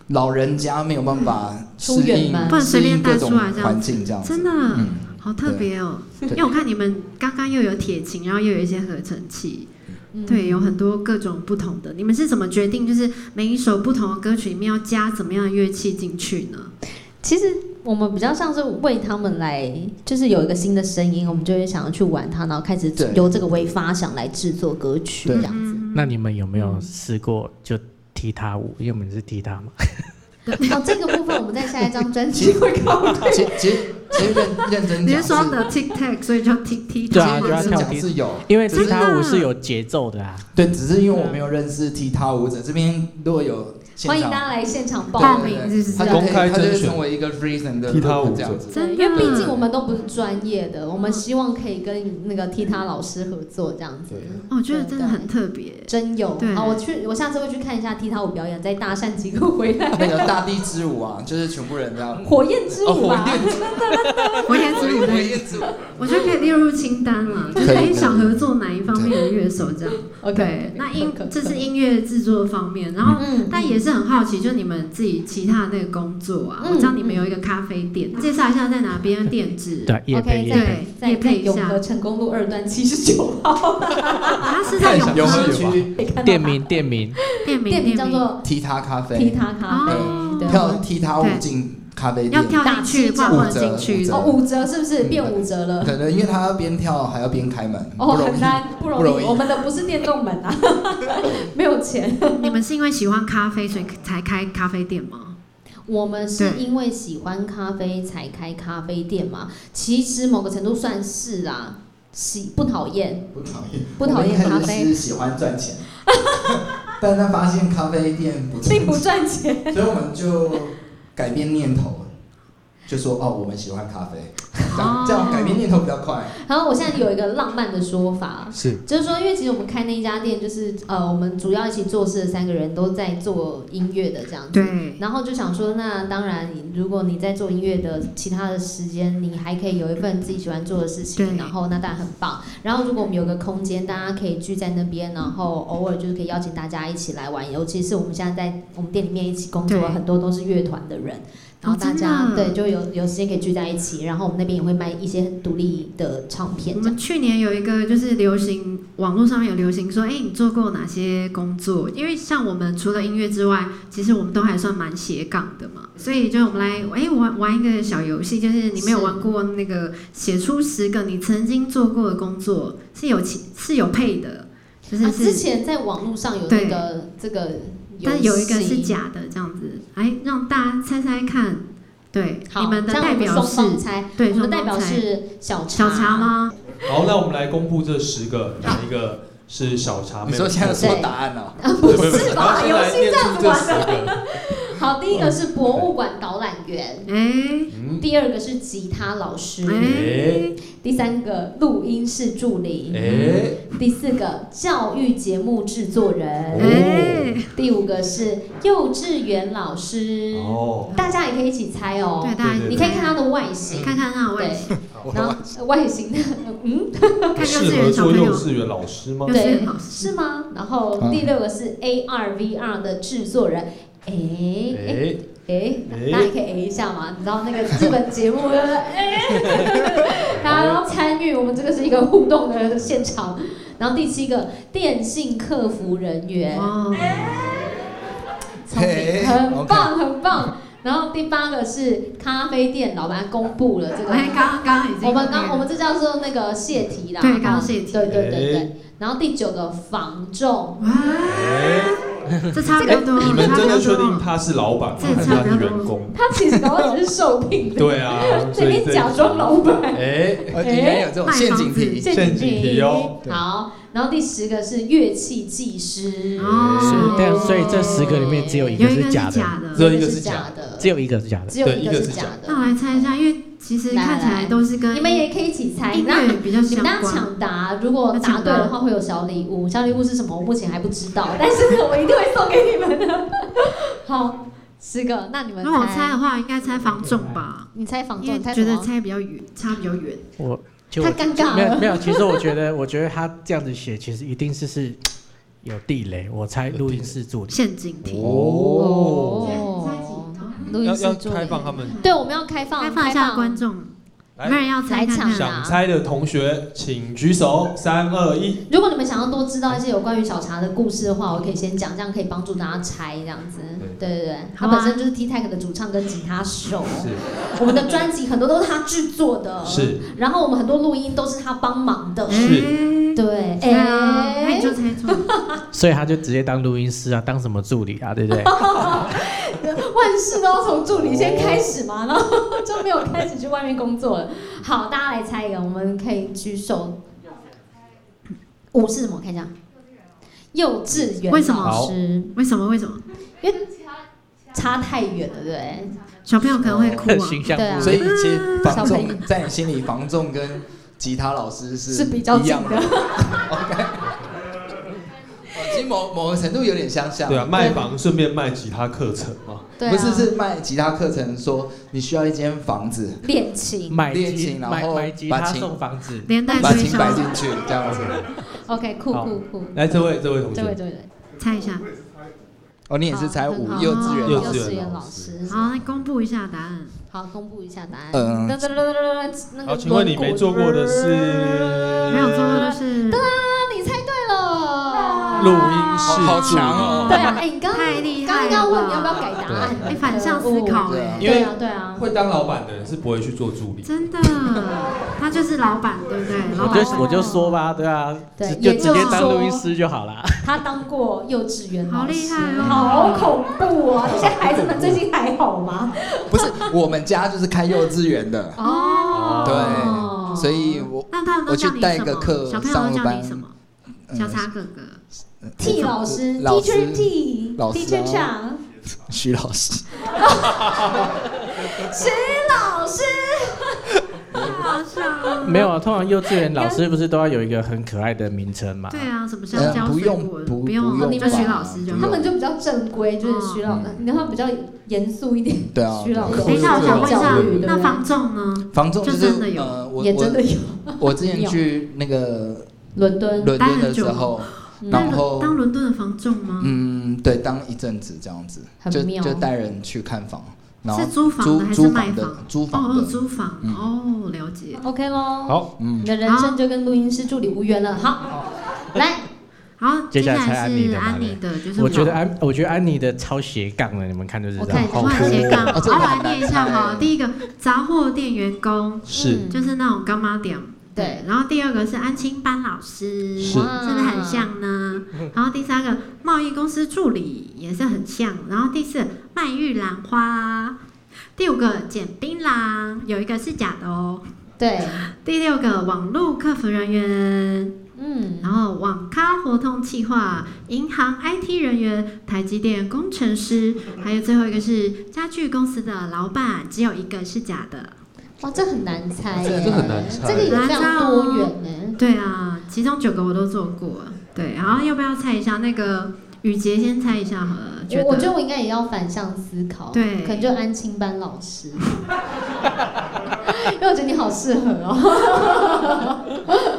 [SPEAKER 3] 老人家没有办法适
[SPEAKER 4] 出远
[SPEAKER 3] 应
[SPEAKER 4] 门
[SPEAKER 1] 不能随
[SPEAKER 3] 适
[SPEAKER 1] 便
[SPEAKER 3] 应
[SPEAKER 1] 带
[SPEAKER 3] 各
[SPEAKER 1] 出
[SPEAKER 3] 种
[SPEAKER 1] 来这样
[SPEAKER 3] 环境这样子，
[SPEAKER 1] 真的啊
[SPEAKER 3] 嗯，
[SPEAKER 1] 好特别哦！
[SPEAKER 3] 对
[SPEAKER 1] 因为我看你们刚刚又有铁琴，然后又有一些合成器，
[SPEAKER 4] 嗯
[SPEAKER 1] 对，有很多各种不同的。你们是怎么决定，就是每一首不同的歌曲里面要加怎么样的乐器进去呢？
[SPEAKER 4] 其实我们比较像是为他们来，就是有一个新的声音，我们就会想要去玩它，然后开始
[SPEAKER 3] 对嗯
[SPEAKER 4] 由这个为发想来制作歌曲
[SPEAKER 3] 对
[SPEAKER 4] 这样 [LAUGHS] 子。
[SPEAKER 5] 那你们有没有试过就踢踏舞？因为我们是踢踏嘛。
[SPEAKER 4] 哦，这个部分我们在下一张专
[SPEAKER 3] [LAUGHS]
[SPEAKER 4] 辑 [LAUGHS] 会考虑。
[SPEAKER 3] 其其实其实认认真
[SPEAKER 1] 你是说
[SPEAKER 3] 讲是，
[SPEAKER 1] 的 tic tac，所以叫 tic tic
[SPEAKER 5] 对啊
[SPEAKER 3] 其实
[SPEAKER 5] 就要
[SPEAKER 3] 认真
[SPEAKER 5] 跳
[SPEAKER 3] 讲
[SPEAKER 5] 踢
[SPEAKER 3] 是有，
[SPEAKER 5] 因为
[SPEAKER 1] 真
[SPEAKER 5] 踢
[SPEAKER 1] 的啊
[SPEAKER 5] 踏舞是有节奏的啊，
[SPEAKER 3] 对，只是因为我没有认识踢踏舞者，这边如果有现
[SPEAKER 4] 欢迎
[SPEAKER 3] 场
[SPEAKER 4] 大家来现场报
[SPEAKER 1] 啊报
[SPEAKER 4] 名。
[SPEAKER 1] 名是不是啊
[SPEAKER 3] 他？就
[SPEAKER 2] 公
[SPEAKER 3] 可以
[SPEAKER 2] 开
[SPEAKER 3] 他就
[SPEAKER 2] 甄
[SPEAKER 3] 会
[SPEAKER 2] 选
[SPEAKER 3] 成为一个 reason 的
[SPEAKER 2] 踢踏舞者
[SPEAKER 3] 这样子，
[SPEAKER 1] 真的，
[SPEAKER 4] 对，因为毕竟我们都不是专业的，我们希望可以跟那个踢踏老师合作这样子
[SPEAKER 3] 对。
[SPEAKER 1] 哦我觉得真的很特别。
[SPEAKER 4] 真有啊
[SPEAKER 1] 对
[SPEAKER 4] 好，我去，我下次会去看一下踢踏舞表演，在大善机构回来。
[SPEAKER 3] 那个大地之舞啊，就是全部人
[SPEAKER 1] [LAUGHS]
[SPEAKER 3] 这样，
[SPEAKER 4] 火焰之
[SPEAKER 3] 哦，
[SPEAKER 4] 舞
[SPEAKER 3] 火
[SPEAKER 4] 吧，
[SPEAKER 3] 焰之
[SPEAKER 1] 我也
[SPEAKER 3] 所
[SPEAKER 1] 是
[SPEAKER 3] 以
[SPEAKER 1] 我
[SPEAKER 3] 火
[SPEAKER 1] 的，
[SPEAKER 3] 焰之舞，
[SPEAKER 1] 我觉得可以列入清单了，就是
[SPEAKER 3] 可以
[SPEAKER 1] 可以
[SPEAKER 3] 可以
[SPEAKER 1] 想合作哪一方面的乐手这样。对
[SPEAKER 4] [LAUGHS] OK，，
[SPEAKER 1] 那音
[SPEAKER 4] 可
[SPEAKER 1] 这是音乐制作方面，然后。
[SPEAKER 4] 嗯
[SPEAKER 1] 但也是很好奇，就是你们自己其他的那个工作啊，
[SPEAKER 4] 嗯
[SPEAKER 1] 我知道你们有一个咖啡店，介绍一下在哪边的店址？
[SPEAKER 5] 对，啊，夜
[SPEAKER 4] OK，
[SPEAKER 5] 配夜配。
[SPEAKER 1] 对，
[SPEAKER 4] 在
[SPEAKER 1] 也
[SPEAKER 4] 在
[SPEAKER 1] 配一
[SPEAKER 4] 永
[SPEAKER 1] 下
[SPEAKER 4] 和，成功路二段七十九号，
[SPEAKER 1] 它是在
[SPEAKER 3] 看一
[SPEAKER 1] 永
[SPEAKER 3] 下
[SPEAKER 2] 有没
[SPEAKER 1] 和
[SPEAKER 2] 有
[SPEAKER 3] 市区
[SPEAKER 4] 可以看到
[SPEAKER 5] 店
[SPEAKER 4] 它
[SPEAKER 5] 名店名，
[SPEAKER 1] 店名，
[SPEAKER 4] 店名叫做
[SPEAKER 3] 踢踏咖
[SPEAKER 4] 踢
[SPEAKER 3] 啡，
[SPEAKER 4] 踏咖啡，
[SPEAKER 1] 哦
[SPEAKER 4] 对
[SPEAKER 3] 跳踢踏舞
[SPEAKER 1] 对
[SPEAKER 3] 进咖啡
[SPEAKER 1] 要跳
[SPEAKER 3] 店，
[SPEAKER 1] 进去，不然不能进去
[SPEAKER 3] 五折
[SPEAKER 4] 哦，五折是不是
[SPEAKER 3] 嗯
[SPEAKER 4] 变五折了？
[SPEAKER 3] 可能因为他要边跳还要边开门，
[SPEAKER 4] 哦，
[SPEAKER 3] 不容
[SPEAKER 4] 很
[SPEAKER 3] 易。
[SPEAKER 4] 难，不
[SPEAKER 3] 不
[SPEAKER 4] 容
[SPEAKER 3] 容
[SPEAKER 4] 易。
[SPEAKER 3] 易
[SPEAKER 4] 我们的不是电动门啊， [LAUGHS] 没有钱。
[SPEAKER 1] 你们是因为喜欢咖啡，所以才开咖啡店吗？
[SPEAKER 4] 我们是
[SPEAKER 1] 对
[SPEAKER 4] 因为喜欢咖啡才开咖啡店嘛？其实某个程度算是啦，喜不讨厌，
[SPEAKER 3] 不讨厌，
[SPEAKER 4] 不讨厌
[SPEAKER 3] 我们一开始
[SPEAKER 4] 咖啡
[SPEAKER 3] 是喜欢赚钱， [LAUGHS] 但他发现咖啡店不
[SPEAKER 4] 并
[SPEAKER 3] 赚
[SPEAKER 4] 不
[SPEAKER 3] 钱，
[SPEAKER 4] 赚钱。
[SPEAKER 3] 所以我们就改变念头，就说哦，我们喜欢咖啡，这样、
[SPEAKER 1] 哦
[SPEAKER 3] 这样改变念头比较快。
[SPEAKER 4] [LAUGHS] 然后我现在有一个浪漫的说法，
[SPEAKER 5] 是
[SPEAKER 4] 就是说，因为其实我们开那一家店，就是呃，我们主要一起做事的三个人都在做音乐的这样子。
[SPEAKER 1] 对，
[SPEAKER 4] 然后就想说，那当然，如果你在做音乐的其他的时间，你还可以有一份自己喜欢做的事情，
[SPEAKER 1] 对
[SPEAKER 4] 然后那当然很棒。然后如果我们有个空间，大家可以聚在那边，然后偶尔就是可以邀请大家一起来玩，尤其是我们现在在我们店里面一起工作，
[SPEAKER 1] 对
[SPEAKER 4] 很多都是乐团的人。然后大家、
[SPEAKER 1] 哦真的啊
[SPEAKER 4] 对就有有时间可以聚在一起，然后我们那边也会卖一些独立的唱片
[SPEAKER 1] 我
[SPEAKER 4] 这
[SPEAKER 1] 们
[SPEAKER 4] 样。
[SPEAKER 1] 去年有一个就是流行，网络上面有流行说，哎、你做过哪些工作？因为像我们除了音乐之外，其实我们都还算蛮斜杠的嘛，所以就我们来，哎、玩玩一个小游戏，就是你没有
[SPEAKER 4] 是
[SPEAKER 1] 玩过那个写出十个你曾经做过的工作，是有其是有配的，就是
[SPEAKER 4] 啊，之
[SPEAKER 1] 是，
[SPEAKER 4] 前在网络上有那个这个游戏，
[SPEAKER 1] 但有一个是假的这样子，哎，让大家猜猜看，对，
[SPEAKER 4] 好，
[SPEAKER 1] 你们的
[SPEAKER 4] 这样我
[SPEAKER 1] 代表
[SPEAKER 4] 双
[SPEAKER 1] 是，
[SPEAKER 4] 方猜。
[SPEAKER 1] 对，
[SPEAKER 4] 我们
[SPEAKER 1] 双
[SPEAKER 4] 代
[SPEAKER 1] 方
[SPEAKER 4] 表
[SPEAKER 1] 猜
[SPEAKER 4] 是小
[SPEAKER 1] 小
[SPEAKER 4] 茶
[SPEAKER 1] 茶？吗？
[SPEAKER 2] 好，那我们来公布这十个，哪一个是小茶妹？
[SPEAKER 3] 你说
[SPEAKER 2] [LAUGHS]
[SPEAKER 3] 现在有
[SPEAKER 2] 是
[SPEAKER 3] 什么答案哦呢、
[SPEAKER 4] 啊，不是吧？游
[SPEAKER 2] 来
[SPEAKER 4] 戏
[SPEAKER 2] 念
[SPEAKER 4] 这样
[SPEAKER 2] 出
[SPEAKER 4] 子
[SPEAKER 2] 这
[SPEAKER 4] 玩
[SPEAKER 2] 十
[SPEAKER 4] 的。
[SPEAKER 2] 个。
[SPEAKER 4] 好，第一个是博物馆导览员，
[SPEAKER 1] 哎、
[SPEAKER 2] 嗯，
[SPEAKER 4] 第二个是吉他老
[SPEAKER 1] 哎、
[SPEAKER 4] 师，第三个录音室助理，
[SPEAKER 2] 哎，
[SPEAKER 4] 第四个教育节目制作
[SPEAKER 1] 哎、
[SPEAKER 2] 哦
[SPEAKER 4] 人，第五个是幼稚园老师。
[SPEAKER 2] 哦，
[SPEAKER 4] 大家也可以一起猜哦
[SPEAKER 1] 对，。嗯大家
[SPEAKER 2] 对
[SPEAKER 4] 你可以看他的外形，
[SPEAKER 1] 看啊看那位
[SPEAKER 4] 对，然后呃外
[SPEAKER 1] [LAUGHS]
[SPEAKER 4] 形的，嗯，
[SPEAKER 1] 看幼
[SPEAKER 2] 适
[SPEAKER 1] 稚
[SPEAKER 2] 合
[SPEAKER 1] 园小
[SPEAKER 2] 做
[SPEAKER 1] 朋
[SPEAKER 2] 幼
[SPEAKER 1] 友，
[SPEAKER 2] 稚园老师吗
[SPEAKER 1] 幼？稚园老师
[SPEAKER 4] 是吗？然
[SPEAKER 2] 嗯
[SPEAKER 4] 后第六个是 A R V R 的制作人，哎哎
[SPEAKER 2] 哎，
[SPEAKER 4] 诶，
[SPEAKER 2] 诶
[SPEAKER 4] 大家也可以诶一下嘛，你知道那个日本节目就是诶， [LAUGHS] 大家都参与，我们这个是一个互动的现场。然后第七个电信客服人员，
[SPEAKER 1] 哦，
[SPEAKER 4] 聪明，
[SPEAKER 3] 嘿
[SPEAKER 4] 很
[SPEAKER 3] OK
[SPEAKER 4] 棒很棒。然后第八个是咖啡店老板公布了这个，
[SPEAKER 1] 哎，刚刚已经
[SPEAKER 4] 我们刚我们这叫做那个泄题啦，
[SPEAKER 1] 对
[SPEAKER 4] 哈
[SPEAKER 1] 刚刚泄题
[SPEAKER 4] 对对对对
[SPEAKER 2] 诶。
[SPEAKER 4] 然后第九个防重，
[SPEAKER 1] 哇，
[SPEAKER 2] 哎，
[SPEAKER 1] 这差比较多，
[SPEAKER 6] 你们
[SPEAKER 1] 差比
[SPEAKER 6] 真
[SPEAKER 1] 较
[SPEAKER 6] 的确定
[SPEAKER 1] 多。
[SPEAKER 6] 他是老板吗，
[SPEAKER 1] 这
[SPEAKER 6] 还是
[SPEAKER 1] 差
[SPEAKER 6] 他
[SPEAKER 1] 不多
[SPEAKER 6] 是员工？
[SPEAKER 4] 他其实搞不好只是受聘的，
[SPEAKER 6] 对
[SPEAKER 4] [LAUGHS]
[SPEAKER 6] 啊，所
[SPEAKER 4] 随
[SPEAKER 6] 以
[SPEAKER 4] 便
[SPEAKER 6] 这
[SPEAKER 4] 假装老板。
[SPEAKER 6] 哎，
[SPEAKER 3] 呃，里面有这种陷阱题，
[SPEAKER 6] 陷阱题哦
[SPEAKER 3] 对
[SPEAKER 4] 好，然后第十个是乐器技师，
[SPEAKER 5] 所以
[SPEAKER 1] 哦，
[SPEAKER 5] 但所以这十个里面只有一
[SPEAKER 1] 有
[SPEAKER 5] 个
[SPEAKER 1] 一
[SPEAKER 5] 是
[SPEAKER 1] 个
[SPEAKER 5] 假
[SPEAKER 1] 是
[SPEAKER 5] 的，
[SPEAKER 1] 假的
[SPEAKER 6] 只。有一个
[SPEAKER 4] 是
[SPEAKER 6] 是假
[SPEAKER 4] 的，
[SPEAKER 5] 只有一个是假的。
[SPEAKER 4] 只有
[SPEAKER 6] 对
[SPEAKER 4] 一
[SPEAKER 6] 一个
[SPEAKER 4] 个是
[SPEAKER 6] 是
[SPEAKER 4] 假
[SPEAKER 6] 假
[SPEAKER 1] 那我
[SPEAKER 4] 的。
[SPEAKER 1] 来猜一下，因为其实
[SPEAKER 4] 来
[SPEAKER 1] 看起
[SPEAKER 4] 来
[SPEAKER 1] 来都是跟
[SPEAKER 4] 你们也可以一起猜，
[SPEAKER 1] 音
[SPEAKER 4] 那
[SPEAKER 1] 乐比较
[SPEAKER 4] 你
[SPEAKER 1] 相
[SPEAKER 4] 们大家
[SPEAKER 1] 关。
[SPEAKER 4] 抢答，如果答对的话会有小礼物，小礼物是什么？我目前还不知道，但是呢，我一定会送给你们的。 [LAUGHS] 好，十个，那你们
[SPEAKER 1] 那我猜的话，应该猜房仲吧，
[SPEAKER 4] 你猜房
[SPEAKER 1] 因
[SPEAKER 4] 仲，
[SPEAKER 1] 为
[SPEAKER 4] 你猜
[SPEAKER 1] 觉
[SPEAKER 4] 什
[SPEAKER 1] 得
[SPEAKER 4] 么？
[SPEAKER 1] 猜比较远，差比较远。
[SPEAKER 5] 我就
[SPEAKER 4] 太尴尬
[SPEAKER 5] 没有
[SPEAKER 4] 了
[SPEAKER 5] 没。有，其实我觉得，我 [LAUGHS] 觉得他这样子写，其实一定是是有地雷。我猜录音室助理，
[SPEAKER 1] 陷阱题。
[SPEAKER 6] 哦，
[SPEAKER 4] 哦录
[SPEAKER 6] 要
[SPEAKER 4] 音
[SPEAKER 6] 要
[SPEAKER 4] 室助
[SPEAKER 6] 开
[SPEAKER 4] 理，
[SPEAKER 6] 放他们
[SPEAKER 4] 对，我们要开放，
[SPEAKER 1] 开放一下观众，有没有
[SPEAKER 6] 来，
[SPEAKER 1] 人要猜看
[SPEAKER 4] 来抢
[SPEAKER 1] 看？
[SPEAKER 6] 想猜的同学请举手，三二一，
[SPEAKER 4] 如果你们想要多知道一些有关于小茶的故事的话，我可以先讲，这样可以帮助大家猜这样子。对对对，他
[SPEAKER 1] 好啊
[SPEAKER 4] 本身就是 T Tag 的主唱跟吉他手，
[SPEAKER 6] 是
[SPEAKER 4] 我们的专辑很多都是他制作的，。
[SPEAKER 6] 是，
[SPEAKER 4] 然后我们很多录音都是他帮忙的，
[SPEAKER 3] 哎
[SPEAKER 1] 是
[SPEAKER 4] 对，
[SPEAKER 1] 嗯哎对啊，那
[SPEAKER 4] 哎
[SPEAKER 1] 你就猜中。
[SPEAKER 5] 所以他就直接当录音师啊，当什么助理啊，对不对？
[SPEAKER 4] 哦万事都要从助理先开始嘛，然后 [LAUGHS] 就没有开始去外面工作了。好，大家来猜一个，我们可以举手。五是什么？我看一下。幼稚园
[SPEAKER 1] 为什么
[SPEAKER 4] 老师，
[SPEAKER 1] 为什么？为什么？
[SPEAKER 4] 差太远了，对不对？
[SPEAKER 1] 小朋友可能会
[SPEAKER 3] 哦
[SPEAKER 1] 哭啊。
[SPEAKER 5] 形象
[SPEAKER 4] 对啊
[SPEAKER 5] 部
[SPEAKER 3] 所以其实防重在你心里，防重跟吉他老师是
[SPEAKER 4] 是比较
[SPEAKER 3] 一
[SPEAKER 4] 近
[SPEAKER 3] 样
[SPEAKER 4] 的。
[SPEAKER 3] 的。 [LAUGHS] OK，哦其实某某个程度有点相像。
[SPEAKER 6] 对啊，卖房顺便卖吉他课程嘛，
[SPEAKER 4] 对啊，
[SPEAKER 3] 不是是卖吉他课程，说你需要一间房子，
[SPEAKER 4] 恋情。
[SPEAKER 5] 买
[SPEAKER 3] 练
[SPEAKER 5] 吉
[SPEAKER 3] 琴然
[SPEAKER 5] 买
[SPEAKER 3] 后
[SPEAKER 5] 买吉
[SPEAKER 3] 把
[SPEAKER 5] 他
[SPEAKER 3] 琴
[SPEAKER 5] 送房子，
[SPEAKER 1] 连
[SPEAKER 4] 哎
[SPEAKER 1] 带
[SPEAKER 3] 把
[SPEAKER 1] 推
[SPEAKER 3] 琴
[SPEAKER 1] 销，
[SPEAKER 3] 摆进去这样子。
[SPEAKER 4] OK，酷
[SPEAKER 6] 好
[SPEAKER 4] 酷酷。
[SPEAKER 6] 来，这位这位同
[SPEAKER 4] 这位，
[SPEAKER 6] 学，
[SPEAKER 4] 这位，这
[SPEAKER 1] 猜一下。
[SPEAKER 3] 哦，你也是才五幼稚
[SPEAKER 4] 位
[SPEAKER 3] 园
[SPEAKER 6] 幼
[SPEAKER 3] 老
[SPEAKER 6] 稚
[SPEAKER 3] 师。
[SPEAKER 6] 园
[SPEAKER 4] 老
[SPEAKER 6] 老
[SPEAKER 4] 师
[SPEAKER 6] 师。
[SPEAKER 1] 好，那公布一下答案。
[SPEAKER 4] 好，公布一下答案。
[SPEAKER 3] 嗯
[SPEAKER 4] 噔噔噔噔噔噔那个
[SPEAKER 6] 好，请问你没做过的是
[SPEAKER 1] 没有做过的是
[SPEAKER 4] 噔，啊你猜对了。
[SPEAKER 6] 录音室，
[SPEAKER 3] 好强哦
[SPEAKER 4] 对啊，哎，你刚刚
[SPEAKER 1] 太厉害
[SPEAKER 4] 刚
[SPEAKER 1] 了。
[SPEAKER 4] 刚要问你要不要？改答案？
[SPEAKER 1] 哎，反向思考
[SPEAKER 3] 对啊
[SPEAKER 1] 哎，
[SPEAKER 6] 因为
[SPEAKER 4] 对啊，对啊，
[SPEAKER 6] 会当老板的人是不会去做助理，
[SPEAKER 1] 真的，他就是老板，对不对？老
[SPEAKER 5] 我
[SPEAKER 1] 板
[SPEAKER 4] 哦
[SPEAKER 5] 就我就说吧，对啊，
[SPEAKER 4] 对
[SPEAKER 5] 直
[SPEAKER 4] 也
[SPEAKER 5] 就
[SPEAKER 4] 就是
[SPEAKER 5] 直接当
[SPEAKER 4] 说
[SPEAKER 5] 录音师就
[SPEAKER 4] [LAUGHS]
[SPEAKER 5] 好啦。
[SPEAKER 4] 他当过幼稚园老
[SPEAKER 1] 好厉
[SPEAKER 4] 师，
[SPEAKER 1] 害哦
[SPEAKER 4] 好恐怖哦！这些孩子们最近还好吗？
[SPEAKER 3] 不是，我们家就是开幼稚园的，
[SPEAKER 4] 哦
[SPEAKER 3] 对，所以我
[SPEAKER 1] 那他们都叫你
[SPEAKER 3] 我去带
[SPEAKER 1] 什
[SPEAKER 3] 个课
[SPEAKER 1] 么？小朋友都
[SPEAKER 3] 上个
[SPEAKER 1] 叫你
[SPEAKER 3] 班
[SPEAKER 1] 什么？
[SPEAKER 3] 嗯
[SPEAKER 1] 小茶哥哥。
[SPEAKER 4] T 老师
[SPEAKER 3] 老师
[SPEAKER 4] ，Teacher T，
[SPEAKER 3] 老师
[SPEAKER 4] Teacher
[SPEAKER 3] 啊
[SPEAKER 4] Chang，
[SPEAKER 3] 徐老师，
[SPEAKER 4] 徐老师，
[SPEAKER 1] 好笑。
[SPEAKER 5] 没有啊，通常幼稚园老师不是都要有一个很可爱的名称嘛？
[SPEAKER 1] 对啊，什么香
[SPEAKER 3] 呃
[SPEAKER 1] 蕉、
[SPEAKER 3] 不
[SPEAKER 1] 水果
[SPEAKER 3] 用不
[SPEAKER 1] 不用，
[SPEAKER 3] 不用
[SPEAKER 1] 你们
[SPEAKER 3] 吧
[SPEAKER 1] 徐老师就
[SPEAKER 3] 不
[SPEAKER 1] 好
[SPEAKER 4] 他
[SPEAKER 3] 用
[SPEAKER 4] 们就比较正规，就是徐老，
[SPEAKER 3] 嗯
[SPEAKER 4] 你看他们比较严肃一点。
[SPEAKER 3] 对啊
[SPEAKER 4] 徐老师，哎
[SPEAKER 1] 等一下，我想问一
[SPEAKER 4] 教育
[SPEAKER 1] 下，
[SPEAKER 4] 对
[SPEAKER 1] 那
[SPEAKER 4] 不
[SPEAKER 1] 房仲呢？
[SPEAKER 3] 房仲
[SPEAKER 1] 就是真的有
[SPEAKER 3] 呃，我
[SPEAKER 4] 对也真的
[SPEAKER 3] 我
[SPEAKER 4] 有
[SPEAKER 3] 我之前去那个
[SPEAKER 4] 伦敦，
[SPEAKER 3] 伦敦
[SPEAKER 1] 待
[SPEAKER 3] 的
[SPEAKER 1] 很久
[SPEAKER 3] 时
[SPEAKER 1] 吗
[SPEAKER 3] 候，
[SPEAKER 4] 嗯
[SPEAKER 3] 然
[SPEAKER 1] 那
[SPEAKER 3] 后
[SPEAKER 1] 当伦敦的房仲吗？
[SPEAKER 3] 嗯，对，当一阵子这样子，
[SPEAKER 4] 很
[SPEAKER 3] 就
[SPEAKER 4] 妙
[SPEAKER 3] 就带人去看房，然后
[SPEAKER 1] 是租房的还是
[SPEAKER 3] 租
[SPEAKER 1] 卖
[SPEAKER 3] 房
[SPEAKER 1] 房
[SPEAKER 3] 的？租
[SPEAKER 1] 哦，
[SPEAKER 3] 房
[SPEAKER 1] 有
[SPEAKER 3] 的， [LAUGHS]
[SPEAKER 1] 租房
[SPEAKER 3] 嗯
[SPEAKER 1] 哦，了解。
[SPEAKER 4] OK 喽。
[SPEAKER 6] 好，
[SPEAKER 3] 嗯
[SPEAKER 4] 你，的人生就跟录音师助理无缘了。好，来，
[SPEAKER 1] 好，接
[SPEAKER 5] 接下来
[SPEAKER 1] 下
[SPEAKER 5] 猜
[SPEAKER 1] 来
[SPEAKER 5] 安妮
[SPEAKER 1] 是
[SPEAKER 5] 的嘛
[SPEAKER 1] 安妮的，就是
[SPEAKER 5] 我觉得安，我觉得安妮的超斜杠的，你们看就知
[SPEAKER 4] 我
[SPEAKER 5] 道
[SPEAKER 4] 看一。下
[SPEAKER 5] 好
[SPEAKER 1] 突然斜杠，
[SPEAKER 3] 哦这
[SPEAKER 1] 好我
[SPEAKER 3] 个
[SPEAKER 1] 来
[SPEAKER 3] 很难
[SPEAKER 1] 念一下
[SPEAKER 3] 猜
[SPEAKER 1] 哈。第一个杂货店员工，
[SPEAKER 6] 是
[SPEAKER 4] 嗯
[SPEAKER 1] 就是那种干妈店。
[SPEAKER 4] 对，
[SPEAKER 1] 然后第二个是安亲班老师，
[SPEAKER 6] 是
[SPEAKER 1] 是不是很像呢？然后第三个贸易公司助理也是很像，然后第四卖玉兰花，第五个捡槟榔，有一个是假的哦。
[SPEAKER 4] 对，
[SPEAKER 1] 第六个网络客服人员，
[SPEAKER 4] 嗯，
[SPEAKER 1] 然后网咖活动企划、银行 IT 人员、台积电工程师，还有最后一个是家具公司的老板，只有一个是假的。
[SPEAKER 4] 哇，这很难猜耶，
[SPEAKER 6] 这很难猜
[SPEAKER 4] 这个也非常多元呢。
[SPEAKER 1] 对啊，其中九个我都做过。对，然后要不要猜一下那个雨杰先猜一下好了？
[SPEAKER 4] 我我觉
[SPEAKER 1] 得
[SPEAKER 4] 得我应该也要反向思考，
[SPEAKER 1] 对
[SPEAKER 4] 可能就安亲班老师， [LAUGHS] 因为我觉得你好适合哦，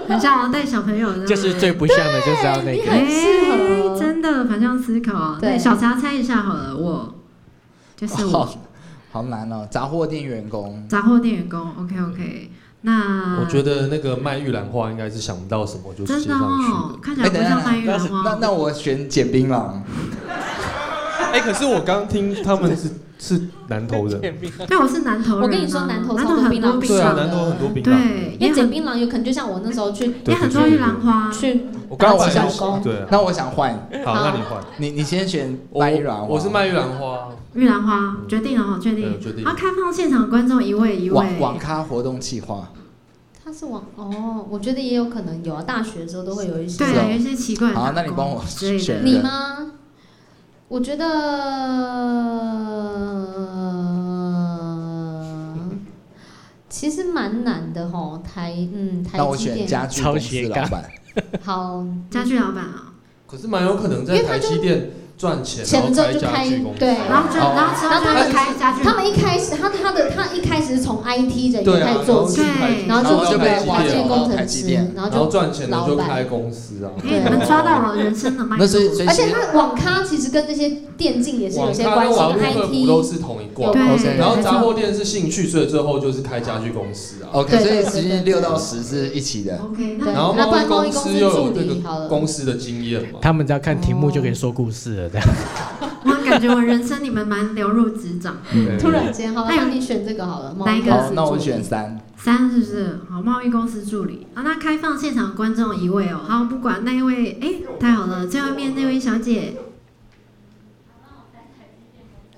[SPEAKER 1] 很像带小朋友的，
[SPEAKER 5] 就是最不像的，就是要那
[SPEAKER 4] 你
[SPEAKER 5] 个
[SPEAKER 4] 很适
[SPEAKER 1] 哎
[SPEAKER 4] 合。
[SPEAKER 1] 真的反向思考。
[SPEAKER 4] 对
[SPEAKER 1] 对，小茶猜一下好了，我就是我、
[SPEAKER 3] 好好难哦，杂货店员工，
[SPEAKER 1] 杂货店员工。OK OK，那
[SPEAKER 6] 我觉得那个卖玉兰花应该是想不到什么就
[SPEAKER 1] 真
[SPEAKER 6] 接
[SPEAKER 1] 的
[SPEAKER 6] 上去
[SPEAKER 1] 哦
[SPEAKER 6] 的，，
[SPEAKER 1] 看起来不像卖玉啊
[SPEAKER 3] 那
[SPEAKER 1] 兰
[SPEAKER 3] 是
[SPEAKER 1] 花。
[SPEAKER 3] 那那我选捡槟榔，
[SPEAKER 6] 哎，可是我刚听他们是是南投人，
[SPEAKER 1] 对，我是南投人啊、
[SPEAKER 4] 我跟你说南投
[SPEAKER 1] 南
[SPEAKER 4] 超多
[SPEAKER 1] 很
[SPEAKER 4] 槟榔
[SPEAKER 1] 多
[SPEAKER 4] 树
[SPEAKER 1] 槟
[SPEAKER 6] 对啊，
[SPEAKER 1] 榔，
[SPEAKER 6] 南投很多槟榔，
[SPEAKER 1] 对，
[SPEAKER 4] 因
[SPEAKER 1] 也
[SPEAKER 4] 为捡
[SPEAKER 1] 很啊
[SPEAKER 4] 槟榔有可能就像我那时候去
[SPEAKER 6] 对
[SPEAKER 1] 也很多玉兰花，
[SPEAKER 4] 去
[SPEAKER 6] 我刚
[SPEAKER 4] 打
[SPEAKER 6] 刚
[SPEAKER 4] 起小
[SPEAKER 6] 想
[SPEAKER 4] 工，
[SPEAKER 6] 对啊，
[SPEAKER 3] 那我想换
[SPEAKER 6] 好，那你
[SPEAKER 3] [LAUGHS]
[SPEAKER 6] 换，
[SPEAKER 3] 你，你先选
[SPEAKER 6] 我
[SPEAKER 3] 白玉兰花。
[SPEAKER 6] 我是卖玉兰花，
[SPEAKER 1] 玉兰花，决定了哦，决
[SPEAKER 6] 对
[SPEAKER 1] 定。
[SPEAKER 6] 决定
[SPEAKER 1] 然后开放现场观众一位一
[SPEAKER 3] 网
[SPEAKER 1] 位，
[SPEAKER 3] 网咖活动企划，
[SPEAKER 4] 他是往哦，我觉得也有可能有啊。大学的时候都会有一些
[SPEAKER 1] 对
[SPEAKER 3] 是
[SPEAKER 1] 啊，
[SPEAKER 3] 哦
[SPEAKER 1] 有一些奇怪的打工
[SPEAKER 3] 好那你帮我
[SPEAKER 1] 之类
[SPEAKER 3] 选
[SPEAKER 1] 的。
[SPEAKER 4] 你吗？我觉得其实蛮难的吼，台嗯台
[SPEAKER 3] 那我
[SPEAKER 4] 积
[SPEAKER 3] 选
[SPEAKER 4] 电
[SPEAKER 3] 家具公司老板。
[SPEAKER 4] 好
[SPEAKER 1] 家具老板啊，
[SPEAKER 6] 可是蛮有可能在
[SPEAKER 4] 因为他
[SPEAKER 6] 台
[SPEAKER 4] 就
[SPEAKER 6] 积电赚钱，然
[SPEAKER 4] 前
[SPEAKER 6] 后
[SPEAKER 4] 奏
[SPEAKER 6] 开
[SPEAKER 4] 就
[SPEAKER 6] 家
[SPEAKER 4] 开
[SPEAKER 6] 具公司，
[SPEAKER 4] 对，
[SPEAKER 1] 然后就
[SPEAKER 3] 哦
[SPEAKER 1] 然后之
[SPEAKER 4] 然后
[SPEAKER 1] 后就
[SPEAKER 4] 他们
[SPEAKER 1] 开家具
[SPEAKER 4] 他，们一开始他他的他一开始是从 IT 人
[SPEAKER 6] 对
[SPEAKER 4] 员
[SPEAKER 6] 啊，
[SPEAKER 4] 开始做起，
[SPEAKER 1] 对
[SPEAKER 4] 然
[SPEAKER 3] 然
[SPEAKER 4] 后就
[SPEAKER 3] 后就
[SPEAKER 4] 做
[SPEAKER 3] 被
[SPEAKER 4] 华
[SPEAKER 3] 台积
[SPEAKER 4] 建
[SPEAKER 3] 电
[SPEAKER 4] 工程
[SPEAKER 3] 台积
[SPEAKER 4] 师
[SPEAKER 3] 电，
[SPEAKER 4] 然后
[SPEAKER 6] 然后
[SPEAKER 4] 就
[SPEAKER 6] 赚钱的就
[SPEAKER 4] 老板
[SPEAKER 6] 开公司啊，
[SPEAKER 1] 因为你们抓到了人生的脉
[SPEAKER 3] 那
[SPEAKER 1] 络，
[SPEAKER 3] 所以所以
[SPEAKER 4] 而且
[SPEAKER 3] 其实
[SPEAKER 4] 他网咖其实跟这些电竞也是有
[SPEAKER 6] 网
[SPEAKER 4] 些
[SPEAKER 6] 咖啊
[SPEAKER 4] 关
[SPEAKER 6] 跟
[SPEAKER 4] 系哎
[SPEAKER 6] 网络客服都
[SPEAKER 4] ，IT
[SPEAKER 6] 是同一挂
[SPEAKER 4] 有，
[SPEAKER 1] 对
[SPEAKER 4] 关系
[SPEAKER 1] 对
[SPEAKER 6] 然后
[SPEAKER 1] 没错
[SPEAKER 6] 杂货店是兴趣，所以最后就是开家具公司啊。
[SPEAKER 3] OK，
[SPEAKER 4] 对
[SPEAKER 3] 所以
[SPEAKER 4] 对
[SPEAKER 3] 实
[SPEAKER 4] 对对
[SPEAKER 3] 际
[SPEAKER 4] 对
[SPEAKER 3] 六到十是一起的。
[SPEAKER 1] OK，
[SPEAKER 4] 哦
[SPEAKER 1] 那
[SPEAKER 4] 对
[SPEAKER 6] 然后
[SPEAKER 4] 那不
[SPEAKER 6] 贸易
[SPEAKER 4] 然贸易
[SPEAKER 6] 公
[SPEAKER 4] 公司
[SPEAKER 6] 司又有
[SPEAKER 4] 助
[SPEAKER 6] 这
[SPEAKER 4] 理
[SPEAKER 6] 个
[SPEAKER 4] 好了
[SPEAKER 6] 公司的经验嘛，
[SPEAKER 5] 他们只要看题目
[SPEAKER 4] 哦
[SPEAKER 5] 就可以说故事了，这样。
[SPEAKER 1] 我感觉我人生你们蛮流入指掌。
[SPEAKER 3] 嗯
[SPEAKER 6] 对
[SPEAKER 4] 突然间，好了，
[SPEAKER 1] 那有
[SPEAKER 4] 那你选这个好了，
[SPEAKER 1] 哪一个
[SPEAKER 4] 猫
[SPEAKER 3] 好
[SPEAKER 4] 公，司
[SPEAKER 3] 那我
[SPEAKER 4] 助理
[SPEAKER 3] 选三。
[SPEAKER 1] 三是不是？好，贸易公司助理啊，那开放现场观众一位哦。好，不管那一位，哎、太好了，最后面那位小姐，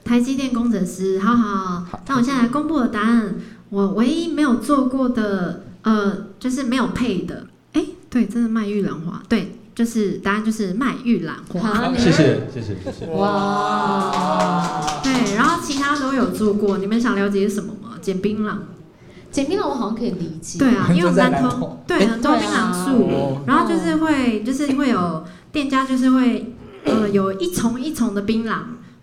[SPEAKER 1] 台积电工程师，好好好。那我现在来公布了答案，我唯一没有做过的，呃，就是没有配的，哎、对，真的卖玉兰花，对，就是答案就是卖玉兰花，
[SPEAKER 4] 好，
[SPEAKER 6] 谢谢谢谢谢谢。
[SPEAKER 4] 哇！
[SPEAKER 1] 对，然后其他都有做过，你们想了解什么吗？捡槟榔。
[SPEAKER 4] 简槟榔我好像可以理解，
[SPEAKER 1] 对啊，因为我们南
[SPEAKER 3] 就在南
[SPEAKER 1] 通
[SPEAKER 3] 投
[SPEAKER 1] 对
[SPEAKER 3] 诶
[SPEAKER 1] 很多槟榔树
[SPEAKER 3] 对啊，
[SPEAKER 1] 然后就是会就是会有店家就是会呃有一丛一丛的槟榔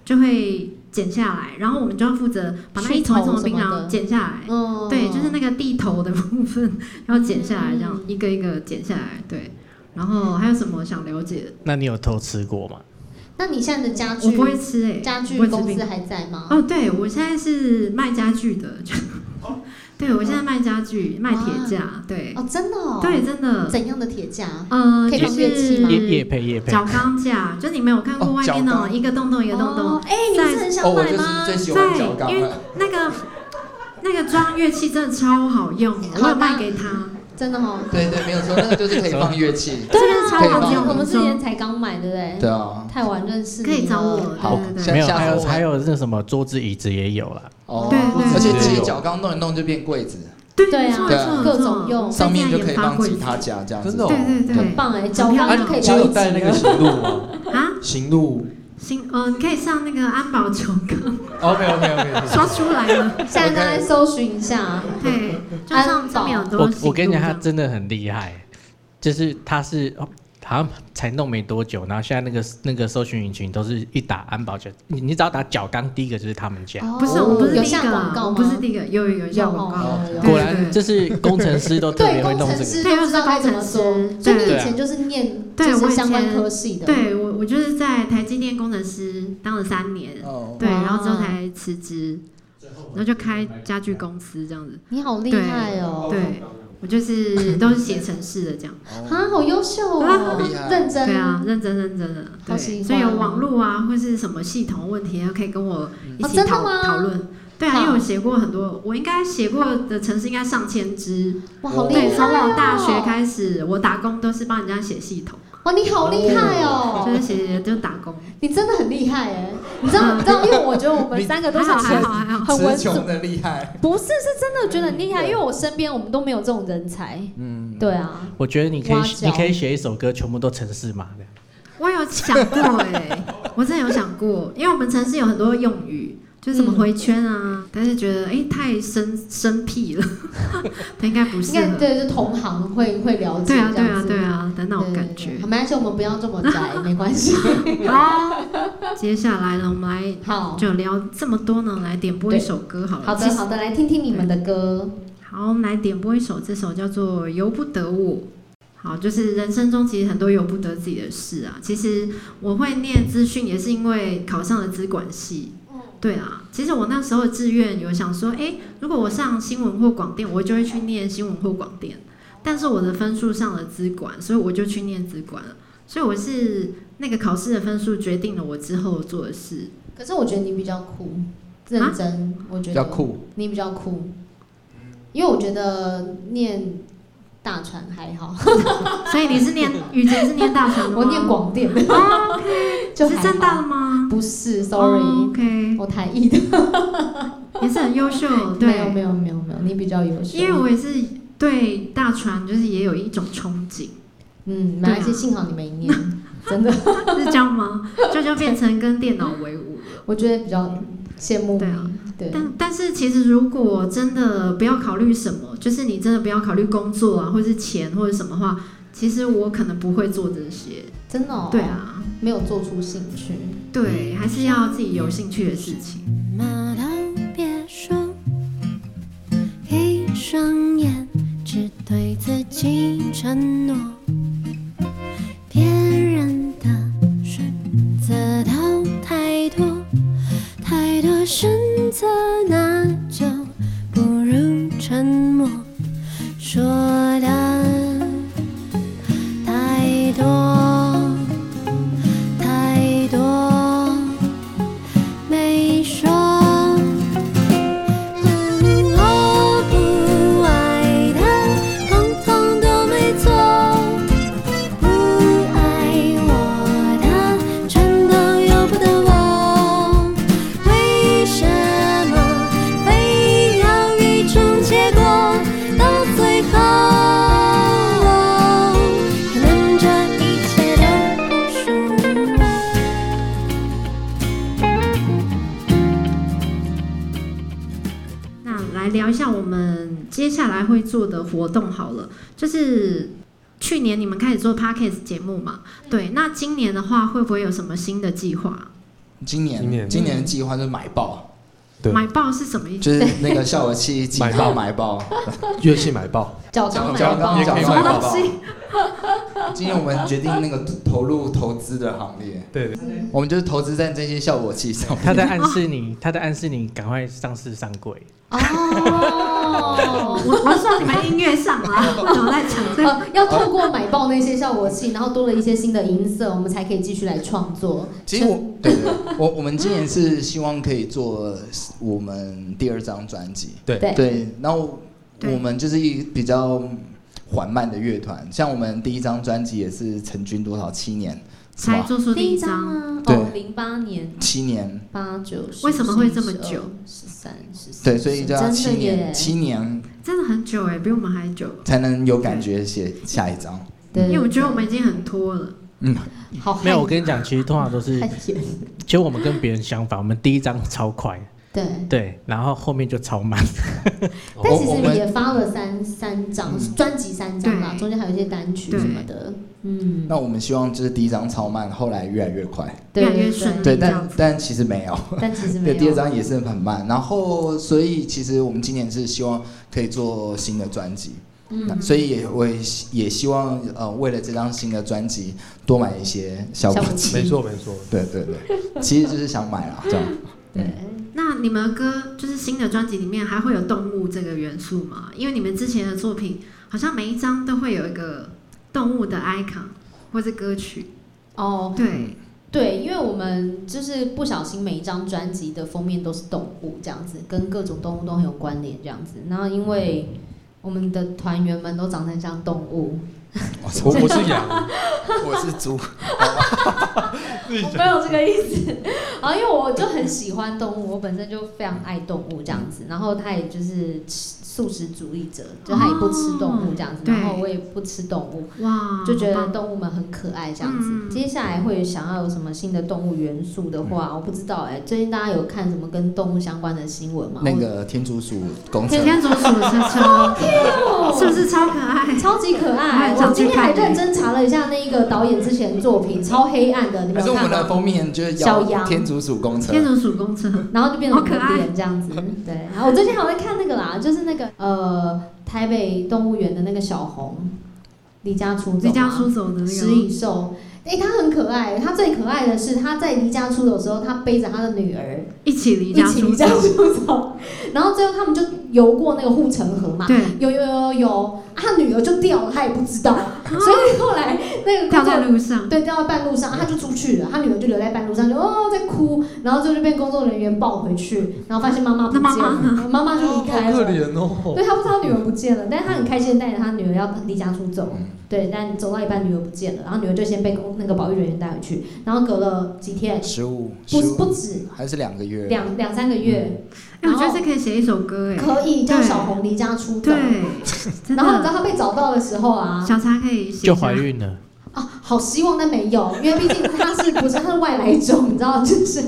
[SPEAKER 1] 就会剪下来，然后我们就要负责把那一丛一丛的槟
[SPEAKER 4] 去头什么
[SPEAKER 1] 榔
[SPEAKER 4] 的
[SPEAKER 1] 剪下来。
[SPEAKER 4] 嗯
[SPEAKER 1] 对，就是那个地头的部分要剪下来，这样
[SPEAKER 4] 嗯
[SPEAKER 1] 一个一个剪下来。对，然后还有什么想了解的？
[SPEAKER 5] 那你有偷吃过吗？
[SPEAKER 4] 那你现在的家
[SPEAKER 1] 我不
[SPEAKER 4] 具
[SPEAKER 1] 会吃诶，
[SPEAKER 4] 家具
[SPEAKER 1] 我不会吃
[SPEAKER 4] 公
[SPEAKER 1] 槟
[SPEAKER 4] 司
[SPEAKER 1] 榔
[SPEAKER 4] 还在吗？
[SPEAKER 1] 哦，对，我现在是卖家具的，就 [LAUGHS] 对我现在卖家具，卖铁架，对，
[SPEAKER 4] 哦，真的哦，
[SPEAKER 1] 对，，真的，
[SPEAKER 4] 怎样的铁架？
[SPEAKER 1] 呃，
[SPEAKER 4] 可以
[SPEAKER 1] 就
[SPEAKER 4] 放乐器
[SPEAKER 1] 是
[SPEAKER 4] 吗
[SPEAKER 5] 夜夜配夜配，
[SPEAKER 1] 角钢架，就你没有看过
[SPEAKER 3] 哦
[SPEAKER 1] 外面那
[SPEAKER 3] 角
[SPEAKER 1] 种
[SPEAKER 3] 钢
[SPEAKER 1] 一个洞洞一个洞
[SPEAKER 4] 哦
[SPEAKER 1] 洞，
[SPEAKER 4] 哎，你们是很
[SPEAKER 3] 哦，
[SPEAKER 4] 想
[SPEAKER 3] 我
[SPEAKER 4] 买
[SPEAKER 3] 就是
[SPEAKER 4] 吗？
[SPEAKER 3] 最喜欢角
[SPEAKER 1] 在
[SPEAKER 3] 钢啊
[SPEAKER 1] 因为
[SPEAKER 3] 了。
[SPEAKER 1] 那个那个装乐器真的超好用的，
[SPEAKER 4] 好
[SPEAKER 1] 我
[SPEAKER 4] 吧
[SPEAKER 1] 有卖给他，
[SPEAKER 4] 真的哦，
[SPEAKER 3] 对对，没有错，那个就是可以放乐器。
[SPEAKER 1] 这个是超
[SPEAKER 3] 可以
[SPEAKER 1] 好
[SPEAKER 3] 吗
[SPEAKER 1] 用的，
[SPEAKER 4] 我们之前才刚买，对不对？
[SPEAKER 3] 对啊。
[SPEAKER 4] 太晚认识你哦
[SPEAKER 1] 可
[SPEAKER 4] 了
[SPEAKER 1] 以找我，
[SPEAKER 3] 好
[SPEAKER 1] 对对
[SPEAKER 3] 下
[SPEAKER 5] 没有，
[SPEAKER 3] 下
[SPEAKER 5] 还有
[SPEAKER 3] 次
[SPEAKER 5] 还有那什么桌子椅子也有啦。
[SPEAKER 3] 哦
[SPEAKER 1] 对对，
[SPEAKER 3] 而且
[SPEAKER 6] 对
[SPEAKER 3] 其实角钢弄一弄就变柜子，
[SPEAKER 1] 对
[SPEAKER 4] 对
[SPEAKER 1] 对，没
[SPEAKER 4] 啊
[SPEAKER 1] 错没
[SPEAKER 3] 对啊
[SPEAKER 1] 错，
[SPEAKER 4] 各
[SPEAKER 1] 没错
[SPEAKER 4] 种用
[SPEAKER 3] 上面就可以
[SPEAKER 1] 发
[SPEAKER 3] 放
[SPEAKER 1] 过一
[SPEAKER 3] 吉
[SPEAKER 1] 次
[SPEAKER 3] 他架这样子。
[SPEAKER 6] 真的哦
[SPEAKER 1] 对对
[SPEAKER 4] 很
[SPEAKER 1] 对
[SPEAKER 4] 棒哎，角钢就可以
[SPEAKER 6] 你
[SPEAKER 4] 聊
[SPEAKER 6] 有
[SPEAKER 4] 一集
[SPEAKER 6] 带那个
[SPEAKER 4] 了。
[SPEAKER 6] 行路吗？
[SPEAKER 1] 啊，
[SPEAKER 6] [LAUGHS] 行路
[SPEAKER 1] 行，呃，你可以上那个安保球 [LAUGHS] 纲，
[SPEAKER 6] ，OK OK OK，
[SPEAKER 1] 说出来了，
[SPEAKER 4] 现在大家搜寻一下， [LAUGHS]
[SPEAKER 1] 对，就上上面有很多
[SPEAKER 5] 我
[SPEAKER 1] 行
[SPEAKER 5] 我跟你讲，他
[SPEAKER 1] 路
[SPEAKER 5] 真的很厉害，就是他是哦好像才弄没多久，然后现在那个那个搜寻引擎都是一打安保就你你只要打角钢，第一个就是他们
[SPEAKER 4] 哦
[SPEAKER 5] 家。
[SPEAKER 1] 不是我不是
[SPEAKER 4] 有
[SPEAKER 1] 第一
[SPEAKER 4] 下
[SPEAKER 1] 个
[SPEAKER 4] 广
[SPEAKER 1] 啊，
[SPEAKER 4] 告
[SPEAKER 1] 我
[SPEAKER 4] 吗？
[SPEAKER 1] 不是第一个，有有有下
[SPEAKER 4] 有
[SPEAKER 1] 广告，
[SPEAKER 4] 哦有有
[SPEAKER 1] 对
[SPEAKER 5] 果
[SPEAKER 1] 对
[SPEAKER 5] 然
[SPEAKER 1] 对
[SPEAKER 5] 就是工程师都特
[SPEAKER 4] 对，
[SPEAKER 5] 别会
[SPEAKER 4] 工
[SPEAKER 5] 弄这
[SPEAKER 4] 程
[SPEAKER 5] 个。
[SPEAKER 4] 师都知道该
[SPEAKER 1] 啊
[SPEAKER 4] 怎么做，所以你以前就是念就是相关科系的，
[SPEAKER 1] 对我，我就是在台积电工程师当了三年，
[SPEAKER 3] 哦，
[SPEAKER 1] 对，
[SPEAKER 4] 哇
[SPEAKER 1] 然后之后才辞职，然后就开家具公司这样子。
[SPEAKER 4] 你好厉害哦，
[SPEAKER 1] 对，我
[SPEAKER 4] [LAUGHS]
[SPEAKER 1] 就是都是写程式的这样。
[SPEAKER 4] 啊，好优秀
[SPEAKER 3] 好厉
[SPEAKER 4] 哦，
[SPEAKER 3] 害
[SPEAKER 4] 认
[SPEAKER 1] 对
[SPEAKER 4] 真，
[SPEAKER 1] 啊，认真认真的。
[SPEAKER 4] 好
[SPEAKER 1] 对，
[SPEAKER 4] 喜欢哦
[SPEAKER 1] 所以有网络啊，或是什么系统问题，可以跟我一
[SPEAKER 4] 哦
[SPEAKER 1] 起
[SPEAKER 4] 真的
[SPEAKER 1] 讨
[SPEAKER 4] 吗
[SPEAKER 1] 讨论。对啊，
[SPEAKER 4] 好
[SPEAKER 1] 因为我写过很多，我应该写过的程式应该上千只。
[SPEAKER 4] 哇，好厉害
[SPEAKER 1] 对，
[SPEAKER 4] 哦，
[SPEAKER 1] 从我大学开始，我打工都是帮人家写系统，
[SPEAKER 4] 哇，你好厉害
[SPEAKER 1] 就
[SPEAKER 4] 哦
[SPEAKER 1] 是，写写写就打工。
[SPEAKER 4] 你真的很厉害哎，你知道你知道，因为我觉得我们三个都
[SPEAKER 1] 嗯还
[SPEAKER 4] 是
[SPEAKER 1] 好还
[SPEAKER 4] 很
[SPEAKER 1] 好还好。
[SPEAKER 4] 很文
[SPEAKER 3] 词
[SPEAKER 4] 组，
[SPEAKER 3] 穷的厉害。
[SPEAKER 4] 不是是真的觉得很厉害，因为我身边我们都没有这种人才，
[SPEAKER 3] 嗯，
[SPEAKER 4] 对啊，
[SPEAKER 5] 我觉得你可以
[SPEAKER 4] 挖角
[SPEAKER 5] 你可以写一首歌，全部都城市码的。
[SPEAKER 1] 我有想过哎、我真的有想过，因为我们城市有很多用语，就是什么回圈啊，
[SPEAKER 4] 嗯
[SPEAKER 1] 但是觉得哎、太生生僻了， [LAUGHS] 应该不
[SPEAKER 4] 应
[SPEAKER 1] 适
[SPEAKER 4] 该
[SPEAKER 1] 合。
[SPEAKER 4] 对，就同行会会了解
[SPEAKER 1] 对啊，
[SPEAKER 4] 这
[SPEAKER 1] 对
[SPEAKER 4] 样
[SPEAKER 1] 啊，
[SPEAKER 4] 子，
[SPEAKER 1] 对啊的那种感
[SPEAKER 4] 对对
[SPEAKER 1] 觉
[SPEAKER 4] 对。没关系，我们不要这
[SPEAKER 1] [LAUGHS]
[SPEAKER 4] 么宅，没关系。
[SPEAKER 1] 好， [LAUGHS] 接下来呢，我们来
[SPEAKER 4] 好，
[SPEAKER 1] 就聊这么多呢，来点播一首歌好了。
[SPEAKER 4] 好
[SPEAKER 1] 其
[SPEAKER 4] 的
[SPEAKER 1] 实
[SPEAKER 4] 好的，来听听你们的歌。
[SPEAKER 1] 好，我们来点播一首，这首叫做《由不得我》。好，就是人生中其实很多由不得自己的事啊。其实我会念资讯，也是因为考上了资管系。对啊，其实我那时候的志愿有想说，诶，如果我上新闻或广电，我就会去念新闻或广电。但是我的分数上了资管，所以我就去念资管了。所以我是那个考试的分数决定了我之后做的事。
[SPEAKER 4] 可是我觉得你比较酷，认真，
[SPEAKER 1] 啊
[SPEAKER 4] 我觉得
[SPEAKER 3] 比较酷，
[SPEAKER 4] 你比较酷，因为我觉得念大传还好，
[SPEAKER 1] 啊所以你是念雨杰是念大传的吗？
[SPEAKER 4] [LAUGHS] 我念广电，
[SPEAKER 1] 哦，OK，
[SPEAKER 4] [LAUGHS] 就是还
[SPEAKER 1] 正
[SPEAKER 4] 好
[SPEAKER 1] 大的吗
[SPEAKER 4] 不是
[SPEAKER 1] 哦
[SPEAKER 4] ，sorry，
[SPEAKER 1] ，OK，
[SPEAKER 4] 我台艺的，
[SPEAKER 1] 也是很优秀，
[SPEAKER 4] 哦没有
[SPEAKER 1] 对，
[SPEAKER 4] 没有没有没有，你比较优秀，
[SPEAKER 1] 因为我也是对大传就是也有一种憧
[SPEAKER 4] [LAUGHS]
[SPEAKER 1] 憬，
[SPEAKER 4] 嗯，马来
[SPEAKER 1] 对
[SPEAKER 4] 西亚
[SPEAKER 1] 啊
[SPEAKER 4] 幸好你没念，真的，
[SPEAKER 1] 是这样吗？就就变成跟电脑为伍了。
[SPEAKER 4] 我觉得比较羡慕
[SPEAKER 1] 对啊
[SPEAKER 4] 你，对，
[SPEAKER 1] 但但是其实如果真的不要考虑什么，就是你真的不要考虑工作啊，或是钱或者什么的话，其实我可能不会做这些。
[SPEAKER 4] 真的哦，嗯
[SPEAKER 1] 对，啊，
[SPEAKER 4] 没有做出兴趣，
[SPEAKER 1] 对，还是要自己有兴趣的事情。
[SPEAKER 8] 马当别说，一双眼只对自己承诺，别人的选择都太多，太多选择那就不如沉默。说的太多，太多。没说，嗯我不爱的，通通都没做；不爱我的，全都由不得我。为什么非要一种结果？到最后，可能这一切都不属于我。
[SPEAKER 1] 那来聊一下我们接下来会做的活动好了，就是去年你们开始做 podcast 节目嘛？对，那今年的话会不会有什么新的计划？
[SPEAKER 3] 今
[SPEAKER 6] 今
[SPEAKER 3] 年
[SPEAKER 6] 年
[SPEAKER 3] 今年的计划就是买爆，
[SPEAKER 6] 对
[SPEAKER 1] 买爆是什么意思？
[SPEAKER 3] 就是那个效果器几
[SPEAKER 6] 买
[SPEAKER 3] 号
[SPEAKER 6] 爆
[SPEAKER 3] 买爆，
[SPEAKER 6] 乐器买爆，
[SPEAKER 4] 教堂
[SPEAKER 3] 教
[SPEAKER 4] 买
[SPEAKER 3] 堂
[SPEAKER 4] 报
[SPEAKER 3] 也可以
[SPEAKER 1] 什
[SPEAKER 3] 买
[SPEAKER 1] 么
[SPEAKER 3] 爆
[SPEAKER 1] 东西？
[SPEAKER 3] 今年我们决定那个投入投资的行列，
[SPEAKER 6] 对，
[SPEAKER 3] 我们就是投资在这些效果器上
[SPEAKER 5] 他
[SPEAKER 3] 面。
[SPEAKER 5] 在暗示你，他在暗示你赶快上市上柜。
[SPEAKER 4] 哦。
[SPEAKER 1] 我我是说你们音乐上啊， [LAUGHS] 我在讲这个。
[SPEAKER 4] 呃，要透过买爆那些效果器，然后多了一些新的音色，我们才可以继续来创作。
[SPEAKER 3] 其实我对对，对我我们今年是希望可以做我们第二张专辑，
[SPEAKER 4] 对
[SPEAKER 3] 对，然后
[SPEAKER 1] 对
[SPEAKER 3] 我们就是一比较缓慢的乐团，像我们第一张专辑也是成军多少七年， [LAUGHS] 是
[SPEAKER 1] 才
[SPEAKER 3] 吧？
[SPEAKER 1] 做出
[SPEAKER 4] 第
[SPEAKER 1] 第一
[SPEAKER 4] 一张
[SPEAKER 1] 张，
[SPEAKER 4] 吗？
[SPEAKER 3] 对
[SPEAKER 4] 哦，零八年
[SPEAKER 3] 七年，
[SPEAKER 4] 八九十，
[SPEAKER 1] 为什么会这么久？
[SPEAKER 4] 十三十四，
[SPEAKER 3] 对，所以就要
[SPEAKER 4] 真的
[SPEAKER 3] 七
[SPEAKER 4] 耶
[SPEAKER 3] 年，七年
[SPEAKER 1] 真的很久哎、比我们还久。
[SPEAKER 3] 才能有感觉写下一张。
[SPEAKER 4] 对，
[SPEAKER 1] 因为我觉得我们已经很拖了，
[SPEAKER 3] 嗯，
[SPEAKER 4] 好害
[SPEAKER 5] 没有，我跟你讲，其实通常都是
[SPEAKER 4] 害，羞
[SPEAKER 5] 其实我们跟别人相反，我们第一张超快，
[SPEAKER 4] 对。
[SPEAKER 5] 对，然后后面就超慢。
[SPEAKER 4] 但
[SPEAKER 3] 我
[SPEAKER 6] 哦
[SPEAKER 4] 其
[SPEAKER 3] 我
[SPEAKER 4] 实
[SPEAKER 3] 们
[SPEAKER 4] 也发了三三张
[SPEAKER 3] 嗯
[SPEAKER 4] 专辑，三张啦，
[SPEAKER 1] 嗯对
[SPEAKER 4] 中间还有一些单曲什么的，嗯，
[SPEAKER 3] 那我们希望就是第一张超慢，后来越来越快。
[SPEAKER 4] 对
[SPEAKER 1] 越来越
[SPEAKER 4] 对
[SPEAKER 1] 顺利
[SPEAKER 3] 对，
[SPEAKER 1] 嗯这样
[SPEAKER 3] 但
[SPEAKER 1] 子
[SPEAKER 3] 但其实没有。
[SPEAKER 4] 但其实没
[SPEAKER 3] 对，第二
[SPEAKER 4] 有。
[SPEAKER 3] 张也是很慢，然后所以其实我们今年是希望可以做新的专辑，嗯，所以也我也希也希望呃为了这张新的专辑多买一些效果
[SPEAKER 4] 效果器
[SPEAKER 3] 器，
[SPEAKER 6] 没错没错，
[SPEAKER 3] 对对对，其实就是想买啊
[SPEAKER 4] [LAUGHS]
[SPEAKER 3] 啦，这样，
[SPEAKER 4] 对，
[SPEAKER 1] 那你们歌就是新的专辑里面还会有动物这个元素吗？因为你们之前的作品好像每一张都会有一个动物的 icon 或是歌曲。
[SPEAKER 4] 哦，
[SPEAKER 1] 对，
[SPEAKER 4] 对，因为我们就是不小心每一张专辑的封面都是动物这样子，跟各种动物都很有关联这样子。然后因为我们的团员们都长得很像动物，
[SPEAKER 6] 我我是羊，
[SPEAKER 3] 我是猪，
[SPEAKER 4] 我没有这个意思。然后因为我就很喜欢动物，我本身就非常爱动物这样子。然后他也就是吃素食主义者，就他也不吃动物这样子
[SPEAKER 1] 哦。对
[SPEAKER 4] 然后我也不吃动物，
[SPEAKER 1] 哇，
[SPEAKER 4] 就
[SPEAKER 1] 好
[SPEAKER 4] 觉
[SPEAKER 1] 嗯
[SPEAKER 4] 得
[SPEAKER 1] 棒
[SPEAKER 4] 动物们很可爱这样子。
[SPEAKER 1] 嗯
[SPEAKER 4] 接下来会想要有什么新的动物元素的
[SPEAKER 3] 嗯
[SPEAKER 4] 话，我不知道哎、最近大家有看什么跟动物相关的新闻吗？
[SPEAKER 3] 那个天竺鼠公
[SPEAKER 1] 天
[SPEAKER 3] 车，
[SPEAKER 1] 天竺鼠车车
[SPEAKER 4] 我
[SPEAKER 1] 是不是超可爱？
[SPEAKER 4] 超级可爱？
[SPEAKER 1] 哦我
[SPEAKER 4] 我
[SPEAKER 1] 很想去
[SPEAKER 4] 今天还
[SPEAKER 1] 看欸
[SPEAKER 4] 认真查了一下那个导演之前的作品，超黑暗的，你
[SPEAKER 3] 可
[SPEAKER 4] 们
[SPEAKER 3] 是
[SPEAKER 4] 有
[SPEAKER 3] 我们
[SPEAKER 4] 看
[SPEAKER 3] 的
[SPEAKER 4] 吗？
[SPEAKER 3] 封面就是
[SPEAKER 4] 小羊
[SPEAKER 3] 要天竺鼠公车
[SPEAKER 1] 天，竺鼠公车，
[SPEAKER 4] 然后就变成
[SPEAKER 1] 好可爱
[SPEAKER 4] 脸这样
[SPEAKER 3] [LAUGHS]
[SPEAKER 4] 子，对。然后我最近还有在看那个啦，就是那个呃台北动物园的那个小红，离家出走嘛，
[SPEAKER 1] 离家出走的那
[SPEAKER 4] 食蚁
[SPEAKER 1] 个
[SPEAKER 4] 兽。哎、哎、他很可爱，他最可爱的是他在离家出走的时候，他背着他的女儿
[SPEAKER 1] 一起离
[SPEAKER 4] 一
[SPEAKER 1] 家
[SPEAKER 4] 起
[SPEAKER 1] 出
[SPEAKER 4] 离家
[SPEAKER 1] 走，
[SPEAKER 4] 出走，然后最后他们就游过那个护城河嘛，
[SPEAKER 1] 对，
[SPEAKER 4] 有有有有，啊他女儿就掉了，他也不知道，所以后来那个
[SPEAKER 1] 掉
[SPEAKER 4] 工作
[SPEAKER 1] 在路上，
[SPEAKER 4] 对，掉到半路上，他就出去了，他女儿就留在半路上，就哦在哭，然后就被工作人员抱回去，然后发现妈妈不
[SPEAKER 1] 那
[SPEAKER 4] 见
[SPEAKER 1] 妈妈
[SPEAKER 4] 了，妈妈就离开
[SPEAKER 6] 好可
[SPEAKER 4] 了。
[SPEAKER 6] 怜哦。
[SPEAKER 4] 对他不知道女儿不见了，但是他很开心地带着他女儿要离家出走，对，但走到一半女儿不见了，然后女儿就先被工那个保育人员带回去，然后隔了几天，
[SPEAKER 3] 十五
[SPEAKER 4] 不
[SPEAKER 3] 十
[SPEAKER 4] 不
[SPEAKER 3] 五
[SPEAKER 4] 止
[SPEAKER 3] 还是两个月，
[SPEAKER 4] 两两三个月，
[SPEAKER 3] 嗯
[SPEAKER 1] 哎，我觉
[SPEAKER 4] 然
[SPEAKER 1] 得
[SPEAKER 4] 后
[SPEAKER 1] 这可以写一首歌，哎，
[SPEAKER 4] 可以叫
[SPEAKER 1] 对
[SPEAKER 4] 小红离家出走。
[SPEAKER 1] 对，真
[SPEAKER 4] 然后你知
[SPEAKER 1] 的，
[SPEAKER 4] 道他被找到的时候啊，
[SPEAKER 1] 小茶可以写
[SPEAKER 5] 就
[SPEAKER 1] 下
[SPEAKER 5] 怀，孕了，
[SPEAKER 4] 啊，好希望但没有，因为毕竟他是不是他是外来种，你知道，就是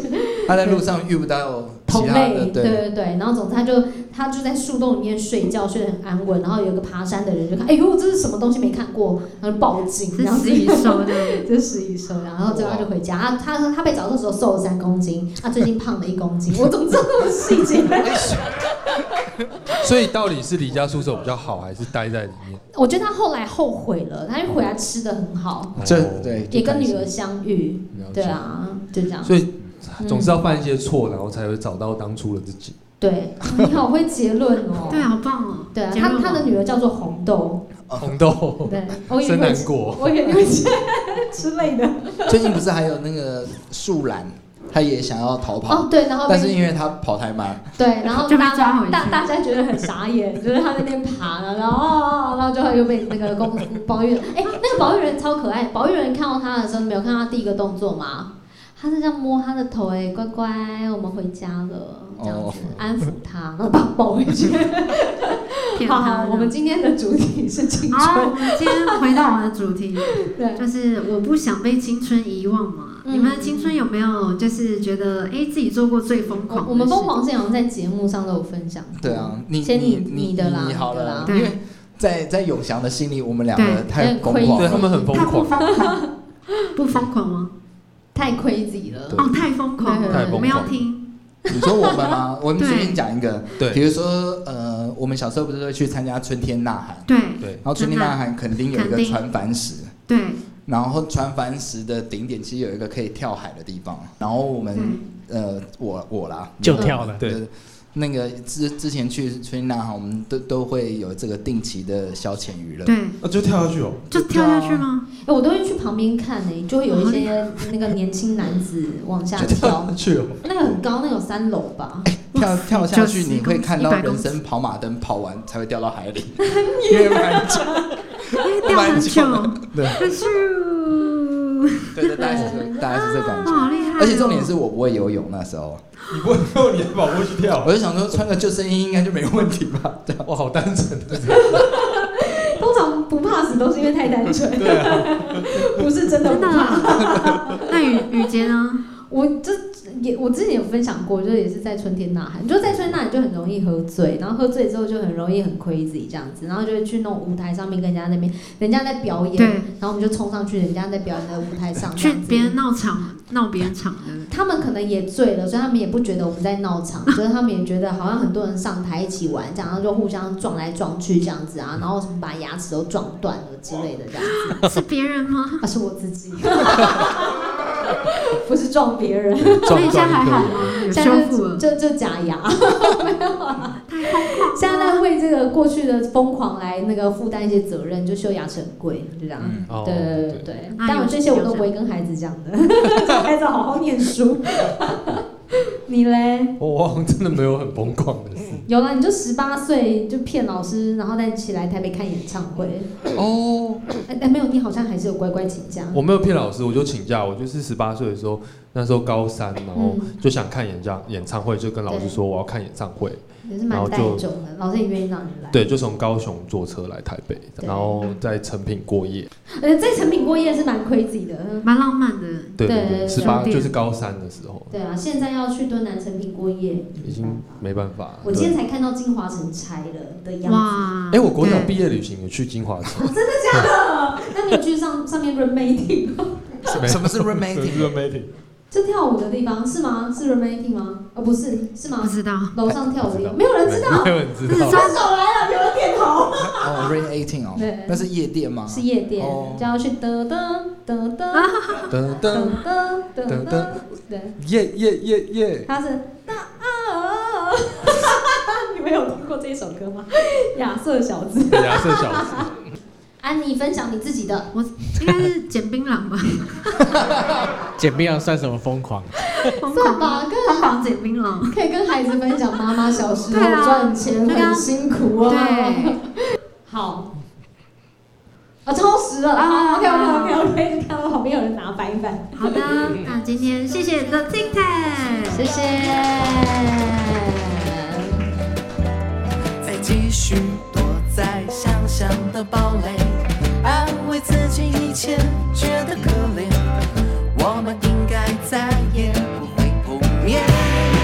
[SPEAKER 3] 他在路上遇不到其
[SPEAKER 4] 同
[SPEAKER 3] 他
[SPEAKER 4] 类对
[SPEAKER 3] 的，，
[SPEAKER 4] 对对。然后总之他就他就在树洞里面睡觉，睡得很安稳。然后有一个爬山的人就看，哎呦，这是什么东西没看过，然后报警，
[SPEAKER 1] 是
[SPEAKER 4] 然后
[SPEAKER 1] 死与收的，
[SPEAKER 4] [LAUGHS] 这是一收，然后最后他就回家。他他他被找到的时候瘦了三公斤，他最近胖了一公斤。我怎么知道这么细节？
[SPEAKER 6] 所以到底是离家出走比较好，还是待在里面？
[SPEAKER 4] 我觉得他后来后悔了，他就回来吃的很好，
[SPEAKER 3] 这
[SPEAKER 6] 哦
[SPEAKER 3] 对
[SPEAKER 4] 也
[SPEAKER 3] 就
[SPEAKER 4] 跟
[SPEAKER 3] 开
[SPEAKER 4] 女
[SPEAKER 3] 始
[SPEAKER 4] 儿相遇。
[SPEAKER 6] 了解
[SPEAKER 4] 对啊，就这样。
[SPEAKER 6] 所以
[SPEAKER 4] 嗯
[SPEAKER 6] 总是要犯一些错，然后才会找到当初的自己。
[SPEAKER 4] 对， [LAUGHS] 你好会结论哦。
[SPEAKER 1] 对，好棒哦，
[SPEAKER 4] [LAUGHS] 对啊，
[SPEAKER 1] 结论
[SPEAKER 4] 他
[SPEAKER 1] 王
[SPEAKER 4] 他的女儿叫做红豆。
[SPEAKER 6] [LAUGHS] 红豆
[SPEAKER 4] 对，我以为
[SPEAKER 6] 真
[SPEAKER 4] 你会
[SPEAKER 6] 哦难过，
[SPEAKER 4] 我也会这样 [LAUGHS] 之类的。 [LAUGHS]
[SPEAKER 3] 最近不是还有那个树懒，他也想要逃跑，
[SPEAKER 4] 哦，对，然后被
[SPEAKER 3] 但是因为他跑太慢，
[SPEAKER 4] 对，然后
[SPEAKER 1] 就被
[SPEAKER 4] 大
[SPEAKER 1] 抓回去
[SPEAKER 4] 大大家觉得很傻眼， [LAUGHS] 就是他在那边爬了，然后哦哦哦然后就又被那个公保育人，哎、那个保育人超可爱，保育人看到他的时候，你没有看到他第一个动作吗？他是这样摸他的头、哎，乖乖，我们回家了，这样子、
[SPEAKER 3] 哦
[SPEAKER 4] 安抚他，然后把他抱回
[SPEAKER 1] [LAUGHS]
[SPEAKER 4] 去。
[SPEAKER 1] 骗
[SPEAKER 4] 好
[SPEAKER 1] 他啊
[SPEAKER 4] 好，我们
[SPEAKER 1] 的。
[SPEAKER 4] 今天的主题是青
[SPEAKER 1] 好，我
[SPEAKER 4] 春，
[SPEAKER 1] 们今天回到我们的主
[SPEAKER 4] [LAUGHS]
[SPEAKER 1] 题，
[SPEAKER 4] 对，
[SPEAKER 1] 就是我不想被青春遗忘嘛。
[SPEAKER 4] 嗯
[SPEAKER 1] 你们的青春有没有就是觉得哎、诶自己做过最疯
[SPEAKER 4] 我
[SPEAKER 1] 狂？
[SPEAKER 4] 我们疯，狂是好像在节目上都有分享，
[SPEAKER 3] 对，啊，你
[SPEAKER 4] 先
[SPEAKER 3] 你
[SPEAKER 4] 你
[SPEAKER 3] 你
[SPEAKER 4] 你的啦
[SPEAKER 3] 你好
[SPEAKER 4] 你的
[SPEAKER 3] 了
[SPEAKER 4] 啦，
[SPEAKER 3] 因为在在永祥的心里，我们两个
[SPEAKER 1] 对
[SPEAKER 3] 太
[SPEAKER 4] 很
[SPEAKER 3] 疯
[SPEAKER 4] 亏
[SPEAKER 3] 狂
[SPEAKER 6] 对
[SPEAKER 3] 了
[SPEAKER 6] 他，们很疯
[SPEAKER 1] 他不
[SPEAKER 6] 狂，
[SPEAKER 1] 疯狂，不疯狂吗？
[SPEAKER 4] 太 crazy 了。
[SPEAKER 1] 哦，太疯狂
[SPEAKER 4] 太疯
[SPEAKER 1] 了，
[SPEAKER 4] 狂
[SPEAKER 1] 我们要听。
[SPEAKER 3] 你说我们
[SPEAKER 4] [LAUGHS]
[SPEAKER 3] 吗？我们
[SPEAKER 1] 对
[SPEAKER 3] 随便讲一个，比
[SPEAKER 6] 对
[SPEAKER 3] 如说呃，我们小时候不是会去参加春天呐喊，
[SPEAKER 1] 对
[SPEAKER 6] 对
[SPEAKER 3] 然后春天呐喊肯定有
[SPEAKER 4] 嗯
[SPEAKER 3] 一
[SPEAKER 1] 肯
[SPEAKER 3] 个
[SPEAKER 1] 定
[SPEAKER 3] 船帆石。
[SPEAKER 1] 对
[SPEAKER 3] 然后船帆石的顶点其实有一个可以跳海的地方，然后我
[SPEAKER 1] 对，
[SPEAKER 4] 嗯
[SPEAKER 3] 们呃我我啦
[SPEAKER 5] 就跳了。
[SPEAKER 6] 对
[SPEAKER 3] 呃那个之之前去春娜哈，我们都都会有这个定期的消遣娱乐。
[SPEAKER 1] 对，
[SPEAKER 6] 啊，就跳下去哦。
[SPEAKER 1] 就跳下去吗？
[SPEAKER 4] 哎，我都会去旁边看呢、就会有
[SPEAKER 1] [LAUGHS]
[SPEAKER 4] 一些那个年轻男子往下
[SPEAKER 6] 就
[SPEAKER 4] 跳
[SPEAKER 6] 跳，
[SPEAKER 1] 啊
[SPEAKER 6] 下去哦，
[SPEAKER 4] 那个很高，那有三楼吧？
[SPEAKER 3] 跳跳下去，
[SPEAKER 1] 90
[SPEAKER 3] 你会看到
[SPEAKER 1] 公尺100
[SPEAKER 3] 人生跑马灯跑完才会掉到海
[SPEAKER 1] [LAUGHS]
[SPEAKER 3] 里， [LAUGHS] 因为蛮久。
[SPEAKER 1] 因为哎掉很久，
[SPEAKER 6] 对
[SPEAKER 1] 咻，
[SPEAKER 3] 对对，大
[SPEAKER 1] [LAUGHS]
[SPEAKER 3] 概是
[SPEAKER 1] 哦
[SPEAKER 3] 这大概是这感觉。
[SPEAKER 1] 哇，好厉害哦！
[SPEAKER 3] 而且重点是我不会游泳，那时候
[SPEAKER 6] 你不会跳， [LAUGHS] 你还跑过去跳，
[SPEAKER 3] 我就想说穿个救生衣应该就没问题吧？对
[SPEAKER 6] 哇，好单纯的，
[SPEAKER 4] 通常不怕死都是因为太单
[SPEAKER 1] [LAUGHS]
[SPEAKER 4] 纯，对 [LAUGHS] 不是真的
[SPEAKER 1] 啊真
[SPEAKER 4] 不
[SPEAKER 1] 的
[SPEAKER 4] 怕。
[SPEAKER 1] 啊， [LAUGHS] 那雨雨杰呢？
[SPEAKER 4] 我这也我之前有分享过，就是也是在春天呐喊，就在春天呐喊就很容易喝醉，然后喝醉之后就很容易很 crazy 这样子，然后就会去那种舞台上面跟人家那边，人家在表演，
[SPEAKER 1] 对，
[SPEAKER 4] 然后我们就冲上去人家在表演的舞台上，这
[SPEAKER 1] 去
[SPEAKER 4] 样子
[SPEAKER 1] 别人闹场，闹别人场的，
[SPEAKER 4] 他们可能也醉了，所以他们也不觉得我们在闹场，所以他们也觉得好像很多人上台一起玩这样，然后就互相撞来撞去这样子啊，然后什么把牙齿都撞断了之类的这样子。
[SPEAKER 1] 是别人吗？
[SPEAKER 4] 啊，是我自己， [LAUGHS] 不是撞别人，
[SPEAKER 5] [LAUGHS]
[SPEAKER 1] 所以现在还好吗？有
[SPEAKER 4] 现
[SPEAKER 1] 修
[SPEAKER 4] 在
[SPEAKER 1] 复
[SPEAKER 4] 就
[SPEAKER 1] 了，
[SPEAKER 4] 就就假牙，啊
[SPEAKER 1] 太疯狂了。
[SPEAKER 4] 现在在为这个过去的疯狂来那个负担一些责任，就修牙齿很贵，就这样。
[SPEAKER 3] 嗯，
[SPEAKER 6] 哦
[SPEAKER 4] 对对对，对
[SPEAKER 1] 那
[SPEAKER 4] 但我
[SPEAKER 1] 有
[SPEAKER 4] 这些我都不会跟孩子讲的， [LAUGHS] 叫孩子好好念书。你嘞？
[SPEAKER 6] 我好像真的没有很疯狂的事，
[SPEAKER 4] 有了，你就十八岁就骗老师，然后再起来台北看演唱会。
[SPEAKER 6] 哦，
[SPEAKER 4] 哎、哎没有，你好像还是有乖乖请假。
[SPEAKER 6] 我没有骗老师，我就请假，我就是十八岁的时候，那时候高三，然后
[SPEAKER 4] 嗯，
[SPEAKER 6] 就想看演唱演唱会，就跟老师说我要看演唱会，
[SPEAKER 4] 也是蛮带种的，老师也愿意让你来。，
[SPEAKER 6] 对，就从高雄坐车来台北，
[SPEAKER 4] 对
[SPEAKER 6] 然后在成品过夜，
[SPEAKER 4] 而且呃在成品过夜是蛮 crazy 的。嗯
[SPEAKER 1] 蛮浪漫的，
[SPEAKER 6] 对
[SPEAKER 4] 对对
[SPEAKER 6] 对，十八
[SPEAKER 1] 对
[SPEAKER 6] 就是高三的时候，
[SPEAKER 4] 对啊，现在要去敦南成品过夜，
[SPEAKER 6] 已经没办法。
[SPEAKER 4] 我今天
[SPEAKER 6] 对
[SPEAKER 4] 才看到金华城拆了的样子。
[SPEAKER 1] 哇！
[SPEAKER 6] 哎，我国小
[SPEAKER 1] 对
[SPEAKER 6] 毕业旅行有去金华城，
[SPEAKER 4] 那你有去上上面 remaking 吗？
[SPEAKER 6] 没
[SPEAKER 3] 什么是
[SPEAKER 6] 是
[SPEAKER 3] remaking？
[SPEAKER 6] remaking
[SPEAKER 4] 这跳舞的地方是吗？是 remaking 吗？哦，不是，是
[SPEAKER 1] 不
[SPEAKER 4] 吗？
[SPEAKER 1] 知道，
[SPEAKER 4] 楼上跳舞的地
[SPEAKER 6] 不知道
[SPEAKER 4] 方，没有人知道。
[SPEAKER 6] [LAUGHS] 没有人知
[SPEAKER 1] 这是
[SPEAKER 6] 道。
[SPEAKER 1] 专
[SPEAKER 4] 手来了，有人点头。
[SPEAKER 3] 哦，哦，Rain Eighteen 哦
[SPEAKER 4] 对，
[SPEAKER 3] 那是夜店吗？
[SPEAKER 4] 是夜店
[SPEAKER 3] 哦，
[SPEAKER 4] 就要去噔噔噔噔
[SPEAKER 1] 啊
[SPEAKER 2] 噔噔，
[SPEAKER 4] 噔噔噔噔，对，
[SPEAKER 2] 耶耶耶耶！
[SPEAKER 4] 它是大啊， [LAUGHS] 你们有听过这一首歌吗？ [LAUGHS] 亚瑟小子，
[SPEAKER 6] 亚瑟小子，
[SPEAKER 5] [LAUGHS]
[SPEAKER 4] 安妮分享你自己的，
[SPEAKER 1] 我应该是捡槟
[SPEAKER 4] [LAUGHS]
[SPEAKER 1] 榔吧，
[SPEAKER 5] 简冰洋算什么疯狂？
[SPEAKER 1] 疯
[SPEAKER 4] 这
[SPEAKER 1] 狂
[SPEAKER 4] 把
[SPEAKER 1] 疯
[SPEAKER 4] 跟
[SPEAKER 1] 狂捡槟榔。
[SPEAKER 4] 可以跟孩子分享妈妈小时候
[SPEAKER 1] 对啊
[SPEAKER 4] 赚钱
[SPEAKER 1] 就跟
[SPEAKER 4] 很辛苦啊，
[SPEAKER 1] 对，
[SPEAKER 4] 好。啊，超时了啊
[SPEAKER 1] 啊
[SPEAKER 4] ！OK OK OK OK，看到旁边有人拿白板，
[SPEAKER 1] 好的，那今天谢谢 The Tic Tac。
[SPEAKER 4] 谢谢。
[SPEAKER 7] 再继续躲在想象的堡垒，安慰自己以前觉得可怜，我们应该再也不会碰面。